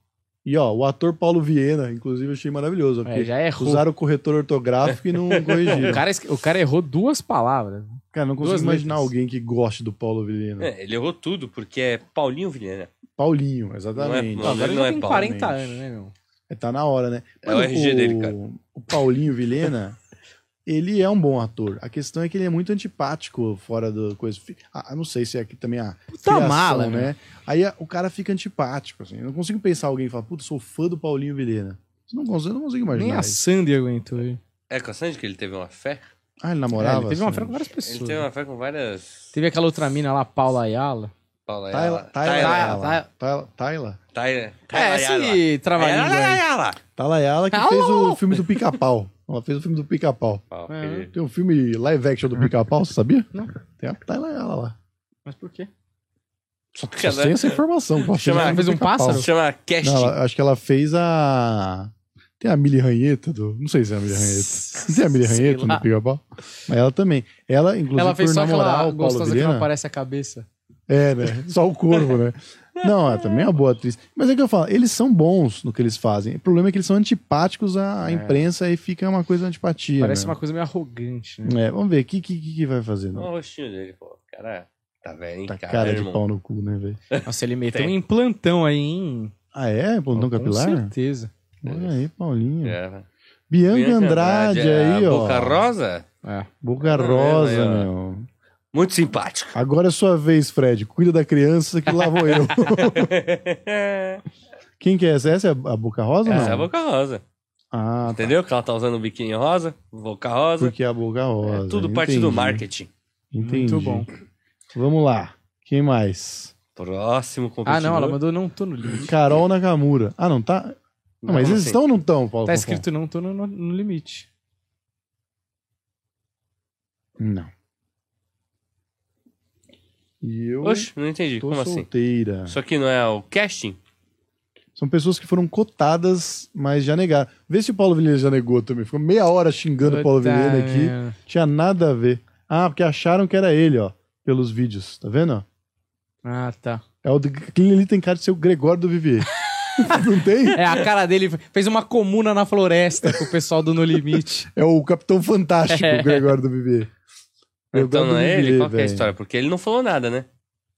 S2: E ó, o ator Paulo Vilhena, inclusive, eu achei maravilhoso.
S1: É,
S2: porque
S1: já errou.
S2: usaram o corretor ortográfico
S1: *laughs*
S2: e não corrigiram.
S1: O cara, es- o cara errou duas palavras.
S2: Cara, não consigo
S1: Duas
S2: imaginar
S1: letras.
S2: alguém que goste do Paulo Vilhena.
S3: É, ele errou tudo, porque é Paulinho Vilhena.
S2: Paulinho, exatamente.
S3: Não,
S1: Não, agora
S3: ele
S1: ele
S3: não é
S1: tem
S3: Paulo
S1: 40
S2: Mendes.
S1: anos, né, meu?
S2: É, Tá na hora, né?
S3: É o RG dele, cara.
S2: O Paulinho Vilhena, *laughs* ele é um bom ator. A questão é que ele é muito antipático fora do coisa. Fi- Ah, não sei se é aqui também a
S1: Puta Tá mala,
S2: né? Aí a- o cara fica antipático, assim. Eu não consigo pensar alguém e falar, puta, sou fã do Paulinho Vilhena. Eu não consigo, eu não consigo
S1: Nem
S2: imaginar.
S1: a
S2: isso.
S1: Sandy aguentou. hein?
S3: É com a Sandy que ele teve uma fé?
S2: Ah, ele
S1: É,
S2: namorava?
S1: ele teve uma
S2: assim?
S1: fera com várias
S3: Ele
S1: pessoas.
S3: teve uma fé com várias.
S1: Teve aquela outra mina lá, Paula Ayala.
S3: Paula
S2: Tayla,
S3: Ayala.
S2: Tayla,
S1: Tá-
S2: Ayala.
S1: tá-
S2: Tayla, Tayla.
S3: Tayla.
S1: É, esse
S3: É,
S1: trabalhinho aí.
S3: Ayala.
S2: Tayla Ayala que
S1: Alô!
S2: fez o filme do Pica-Pau. Ela fez o filme do Pica-Pau.
S3: Ó,
S1: É.
S3: querido.
S2: Tem um filme live action do Pica-Pau, você sabia?
S1: Não.
S2: Tem a Tayla Ayala lá.
S1: Mas por quê?
S2: Só,
S3: Cara,
S2: só tem essa informação. que ela
S3: Chama-
S2: o filme
S1: fez um
S2: do Pica-Pau.
S1: pássaro?
S3: Se chama
S2: Não,
S3: casting.
S2: ela- acho que ela fez a. Tem a Mili Ranheta do. Não sei se é a Mili Ranheta. Não tem a Mili
S1: Sei
S2: Ranheta
S1: lá.
S2: no Pica-Pau? Mas ela também. Ela, inclusive,
S1: Ela fez
S2: por
S1: só
S2: namorar
S1: aquela
S2: o Paulo
S1: gostosa que não
S2: Vilhena.
S1: aparece a cabeça.
S2: É, né? Só o corvo, né? Não, ela também é uma boa atriz. Mas é que eu falo, eles são bons no que eles fazem. O problema é que eles são antipáticos à à imprensa e fica uma coisa de antipatia.
S1: É. Parece
S2: né?
S1: uma coisa meio arrogante, né?
S2: É, vamos ver, o que, que, que que vai fazer?
S3: Olha
S2: Né?
S3: o rostinho dele, pô. Cara, tá velho, hein?
S2: Tá cara,
S3: cara,
S2: de
S3: irmão.
S2: pau no cu, né, velho?
S1: Nossa, ele meteu
S3: Tem.
S1: um implantão aí, hein?
S2: Ah, é? Pontão
S1: Com
S2: capilar?
S1: certeza.
S2: Olha aí, Paulinho.
S3: É.
S2: Bianca,
S3: Bianca
S2: Andrade,
S3: é a
S2: aí, ó.
S3: Boca Rosa?
S1: É.
S2: Boca
S3: Tá
S2: Rosa,
S3: vendo aí, ó?
S2: meu. *laughs*
S3: Muito simpático.
S2: Agora é sua vez, Fred. Cuida da criança que lá
S3: *laughs*
S2: vou eu. Quem que é essa? Essa é a Boca Rosa ou não?
S3: Essa é a Boca Rosa.
S2: Ah, tá.
S3: Entendeu? Que ela tá usando o biquíni rosa, boca rosa.
S2: Porque é a Boca Rosa.
S3: É tudo parte do
S2: entendi.
S3: marketing.
S2: Entendi.
S1: Muito bom.
S2: Vamos lá. Quem mais?
S3: Próximo competidor.
S1: Ah, não, ela mandou não tô no limite.
S2: Carol Nakamura. Ah, não tá? Não, mas
S3: Como
S2: eles
S3: assim?
S2: estão ou não estão, Paulo?
S1: Tá
S2: Fofão?
S1: escrito não tô no, no- no limite.
S2: Não. E eu
S3: Oxe, não entendi.
S2: tô
S3: Como assim?
S2: solteira.
S3: Isso aqui não é o casting?
S2: São pessoas que foram cotadas, mas já negaram. Vê se o Paulo Vilhena já negou também. Ficou meia hora xingando o Paulo
S1: Puta
S2: Vilhena aqui.
S1: merda.
S2: Tinha nada a ver. Ah, porque acharam que era ele, ó. Pelos vídeos. Tá vendo? ó?
S1: Ah, tá.
S2: É o do... Aquele ali tem cara de ser o Gregório do Vivier. *laughs* Não tem?
S1: É, a cara dele fez uma comuna na floresta com o pessoal do No
S2: *laughs*
S1: Limite.
S2: É o Capitão Fantástico, o Gregório do Vivier.
S3: Então
S2: Gregório
S3: não
S2: do
S3: é ele?
S2: Vivier,
S3: Qual que é a
S2: velho.
S3: história? Porque ele não falou nada, né?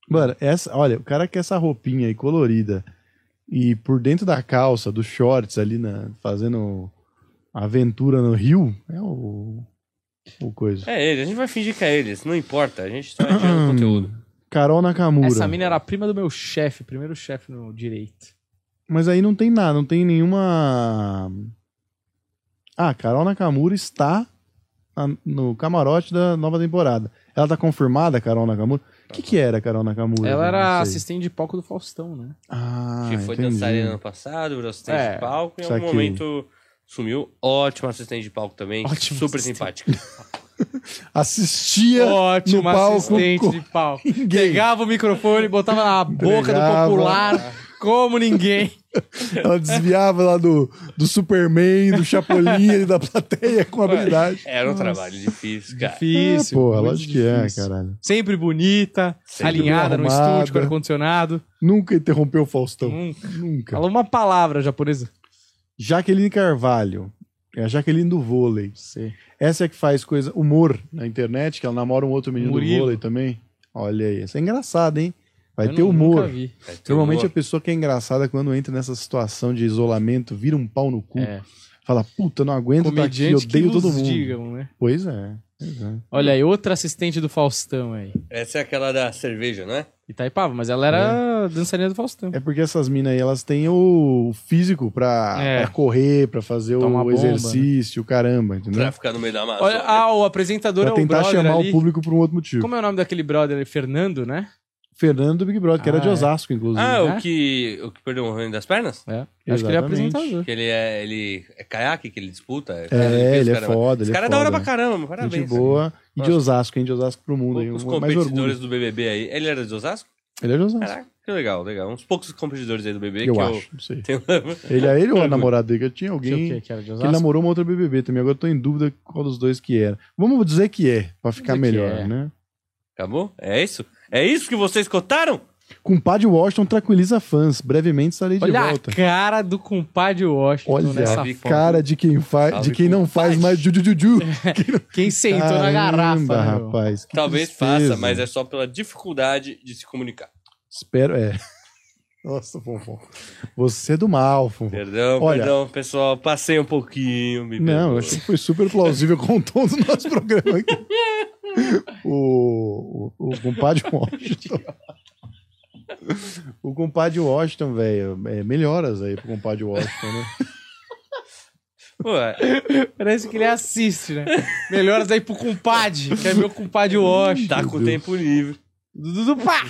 S2: Mano, essa, olha, o cara com essa roupinha aí colorida e por dentro da calça, dos shorts ali, na, fazendo aventura no rio, é o, o coisa.
S3: É ele, a gente vai fingir que é ele, isso não importa, a
S2: *clears throat*
S3: gente tá gerando conteúdo.
S2: Carol Nakamura.
S1: Essa mina era a prima do meu chefe, primeiro chefe no direito.
S2: Mas aí não tem nada, não tem nenhuma. Ah, Carol Nakamura está na- no camarote da nova temporada. Ela tá confirmada, Carol Nakamura? O que, que era a Carol Nakamura?
S1: Ela era
S2: né? Não sei.
S1: assistente de palco do Faustão, né?
S2: Ah,
S3: que foi
S2: entendi.
S3: dançarina ano passado, virou assistente
S1: É,
S3: de palco, e em algum
S2: saquei.
S3: momento sumiu. Ótima assistente de palco também,
S2: Ótima
S3: super
S2: assistente.
S3: simpática.
S2: Assistia no
S1: Ótima
S2: palco
S1: assistente
S2: com
S1: de
S2: *laughs*
S1: palco.
S2: ninguém.
S1: Pegava o microfone, botava na boca
S2: Entregava.
S1: do popular, como ninguém.
S2: Ela desviava lá do, do Superman, do Chapolin e da plateia com habilidade.
S3: Era um trabalho difícil, cara.
S1: Difícil.
S2: Pô,
S1: muito
S2: lógico que é,
S1: difícil.
S2: caralho.
S1: Sempre bonita,
S2: Sempre
S1: alinhada
S2: bem
S1: no
S2: arrumada.
S1: estúdio, com ar-condicionado.
S2: Nunca interrompeu o Faustão.
S1: Hum,
S2: Nunca.
S1: falou uma palavra japonesa.
S2: Jaqueline Carvalho. É a Jaqueline do vôlei. Essa é que faz coisa, humor na internet, que ela namora um outro menino
S1: Murilo.
S2: do vôlei também. Olha aí, isso é engraçado, hein? Vai
S1: Eu
S2: ter
S1: nu-
S2: humor.
S1: Nunca vi.
S3: Vai ter
S2: Normalmente a
S3: humor.
S2: pessoa que é engraçada quando entra nessa situação de isolamento, vira um pau no cu,
S1: É.
S2: fala, puta, não aguento tá aqui,
S1: Comediante que
S2: odeio todo
S1: nos
S2: mundo.
S1: digam, né?
S2: Pois é. pois é.
S1: Olha aí, outra assistente do Faustão aí.
S3: Essa é aquela da cerveja, né?
S1: Itaipava, mas ela era dançarina do Faustão.
S2: É porque essas minas aí, elas têm o físico pra,
S1: É.
S2: pra correr, pra fazer
S1: Tomar
S2: o
S1: bomba, né?
S2: exercício, o caramba, entendeu?
S3: Pra ficar no meio da massa.
S1: Olha, ah, o apresentador
S2: Pra
S1: é o
S2: tentar
S1: brother
S2: chamar
S1: ali.
S2: o público pra um outro motivo.
S1: Como é o nome daquele brother? ali? Fernando, né?
S2: Fernando do Big Brother, que
S1: Ah,
S2: era de
S1: é.
S2: Osasco, inclusive.
S3: Ah,
S1: né?
S3: o que, o que perdeu o ranho das pernas?
S1: É. Acho que ele é
S2: Exatamente.
S1: apresentador.
S3: Que ele é, ele é caiaque que ele disputa.
S2: É, ele é
S3: cara-
S2: foda, ele
S3: Esse cara
S2: é
S3: é da hora pra
S2: foda.
S3: caramba, parabéns.
S2: Gente boa. E de
S3: Nossa.
S2: Osasco, hein? De Osasco pro mundo. Hein? Um é
S3: Os
S2: Mais orgulho.
S3: competidores do BBB aí. Ele era de Osasco?
S2: Ele é de Osasco.
S3: Caraca, que legal, legal. Uns poucos competidores aí do BBB
S2: eu
S3: que
S2: acho, não sei.
S3: eu tenho.
S2: Ele é ele ou a namorada dele? Que tinha
S1: Tinha o
S2: alguém
S1: quê?
S2: que,
S1: Que era de
S2: ele
S1: Osasco?
S2: namorou uma outra BBB também. Agora eu tô em dúvida qual dos dois que era. Vamos dizer que é, pra ficar
S1: dizer que
S2: melhor,
S1: é.
S2: né?
S3: Acabou? É isso? É isso que vocês cotaram?
S2: Compadre Washington tranquiliza fãs. Brevemente estarei de
S1: Olha
S2: volta.
S1: a cara do compadre Washington
S2: Olha
S1: nessa
S2: a
S3: foto.
S2: cara de quem faz,
S3: Salve,
S2: de quem não faz
S3: compadre.
S2: mais jujujuju.
S1: Quem sentou na garrafa,
S2: Caramba,
S1: né, meu?
S2: rapaz. que
S3: Talvez
S2: tristeza.
S3: faça, mas é só pela dificuldade de se comunicar.
S2: Espero, é. Nossa, Fonfon. Você é do mal, Fonfon.
S3: Perdão,
S2: Olha-
S3: perdão, pessoal. Passei um pouquinho. Me
S2: Não, eu
S3: perdoa.
S2: achei que foi super plausível com o tom do nosso programa *laughs* aqui. O, o, o compadre Washington. O compadre Washington, velho. É, melhoras aí pro compadre Washington, né?
S3: Ué,
S1: Parece que ele assiste, né? Melhoras aí pro compadre, que é meu compadre Washington.
S3: tá com
S2: *laughs* Meu Deus.
S3: tempo livre.
S1: Dudu do pá!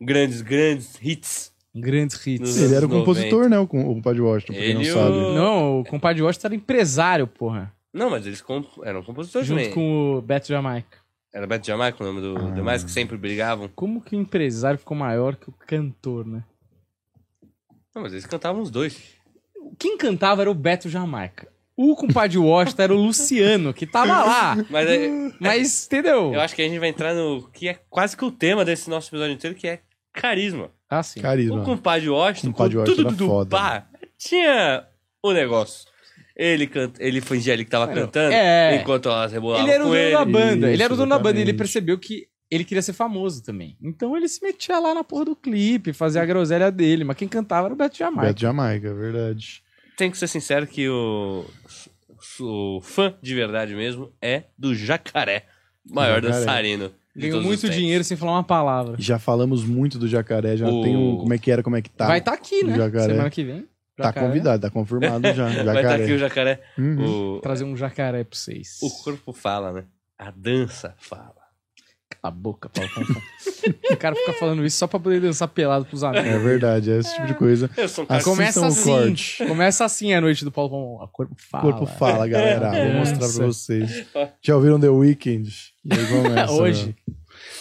S3: Grandes, grandes hits.
S1: Grandes hits.
S3: Nos
S2: Ele era o
S3: anos
S2: compositor,
S3: 90.
S2: né? O, com- o compadre Washington, pra quem não
S3: Ele e o-
S2: sabe.
S1: Não, o compadre Washington era empresário, porra.
S3: Não, mas eles comp- eram compositores
S1: junto
S3: também.
S1: com o Beto Jamaica.
S3: Era Beto Jamaica o nome do
S2: Ah.
S3: demais, que sempre brigavam.
S1: Como que o empresário ficou maior que o cantor, né?
S3: Não, mas eles cantavam os dois.
S1: Quem cantava era o Beto Jamaica. O compadre Washington era o Luciano, que tava lá.
S3: Mas é,
S1: Mas, entendeu?
S3: eu acho que a gente vai entrar no que é quase que o tema desse nosso episódio inteiro, que é carisma.
S1: Ah, sim.
S3: O
S2: Carisma. Um
S3: compadre Washington,
S2: Compadre
S3: com
S2: Washington
S3: tudo
S2: era
S3: do
S2: foda,
S3: pá, tinha o negócio. Ele, canta, ele fingia ali que tava
S1: Era-
S3: cantando,
S1: é.
S3: enquanto elas rebolavam
S1: Ele era o
S3: com
S1: dono
S3: ele.
S1: da banda. ele
S2: Isso,
S1: era o dono da banda e ele
S2: exatamente.
S1: percebeu que ele queria ser famoso também. Então ele se metia lá na porra do clipe, fazia a groselha dele. Mas quem cantava era o Beto Jamaica.
S2: Beto Jamaica, é verdade.
S3: Tem que ser sincero que o, o fã de verdade mesmo é do Jacaré, o maior
S2: Jacaré.
S3: dançarino. de
S1: Ganhou
S3: todos os
S1: muito
S3: tempos.
S1: dinheiro sem falar uma palavra.
S2: Já falamos muito do jacaré, já
S3: O-
S2: tem um como é que era, como é que tá.
S1: Vai estar aqui, né?
S2: Jacaré.
S1: Semana que vem. né?
S2: tá
S1: Jacaré.
S2: convidado, tá confirmado
S3: *laughs*
S2: já. Jacaré.
S3: Vai estar aqui o Jacaré.
S2: Uhum.
S3: O,
S1: Trazer um jacaré pra vocês.
S3: o corpo fala, né? A dança fala.
S1: Cala a boca, Paulo. Fonfon. o cara fica falando isso só pra poder dançar pelado pros amigos.
S2: É verdade, é esse tipo de coisa.
S3: Eu sou um cara
S2: Assim
S1: Começa
S2: são o
S1: assim.
S2: corte.
S1: Começa assim a noite do Paulo. Fonfon. O corpo
S2: O
S1: fala.
S2: corpo fala, galera. Vou mostrar pra
S1: Nossa.
S2: vocês. Já ouviram The Weeknd? E aí começa,
S1: Hoje.
S2: né?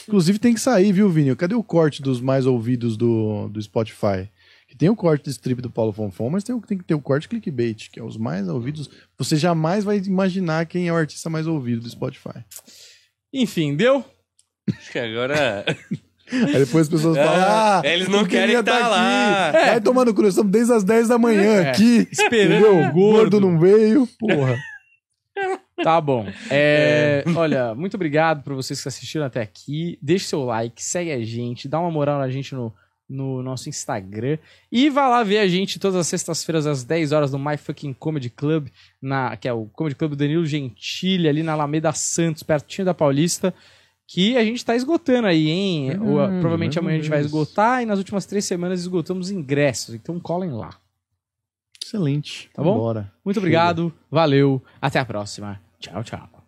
S2: Inclusive tem que sair, viu, Vini? Cadê o corte dos mais ouvidos do, do Spotify? Que tem o corte do strip do Paulo Fonfon, mas tem, o- tem que ter o corte clickbait, que é os mais ouvidos. Você jamais vai imaginar quem é o artista mais ouvido do Spotify.
S1: Enfim, deu?
S3: que agora.
S2: Aí depois as pessoas falam: Ah,
S3: eles não
S2: eu queria
S3: querem
S2: tá
S3: tá lá."
S2: aqui. Vai tomando cu, nós estamos desde as 10 da manhã
S1: É.
S2: aqui.
S1: Esperando
S2: Entendeu?
S1: o gordo.
S2: gordo não veio, porra.
S1: Tá bom. É, Olha, muito obrigado pra vocês que assistiram até aqui. Deixe seu like, segue a gente, dá uma moral na gente no, no nosso Instagram. E vá lá ver a gente todas as sextas-feiras às 10 horas no My Fucking Comedy Club, na, que é o Comedy Club do Danilo Gentili, ali na Alameda Santos, pertinho da Paulista. Que a gente tá esgotando aí, hein?
S2: Hum,
S1: Ou, ah, provavelmente
S2: meu
S1: amanhã a gente vai
S2: Deus.
S1: esgotar e nas últimas três semanas esgotamos ingressos. Então colem lá.
S2: Excelente.
S1: Tá bom?
S2: Bora.
S1: Muito obrigado, valeu, até a próxima. Tchau, tchau.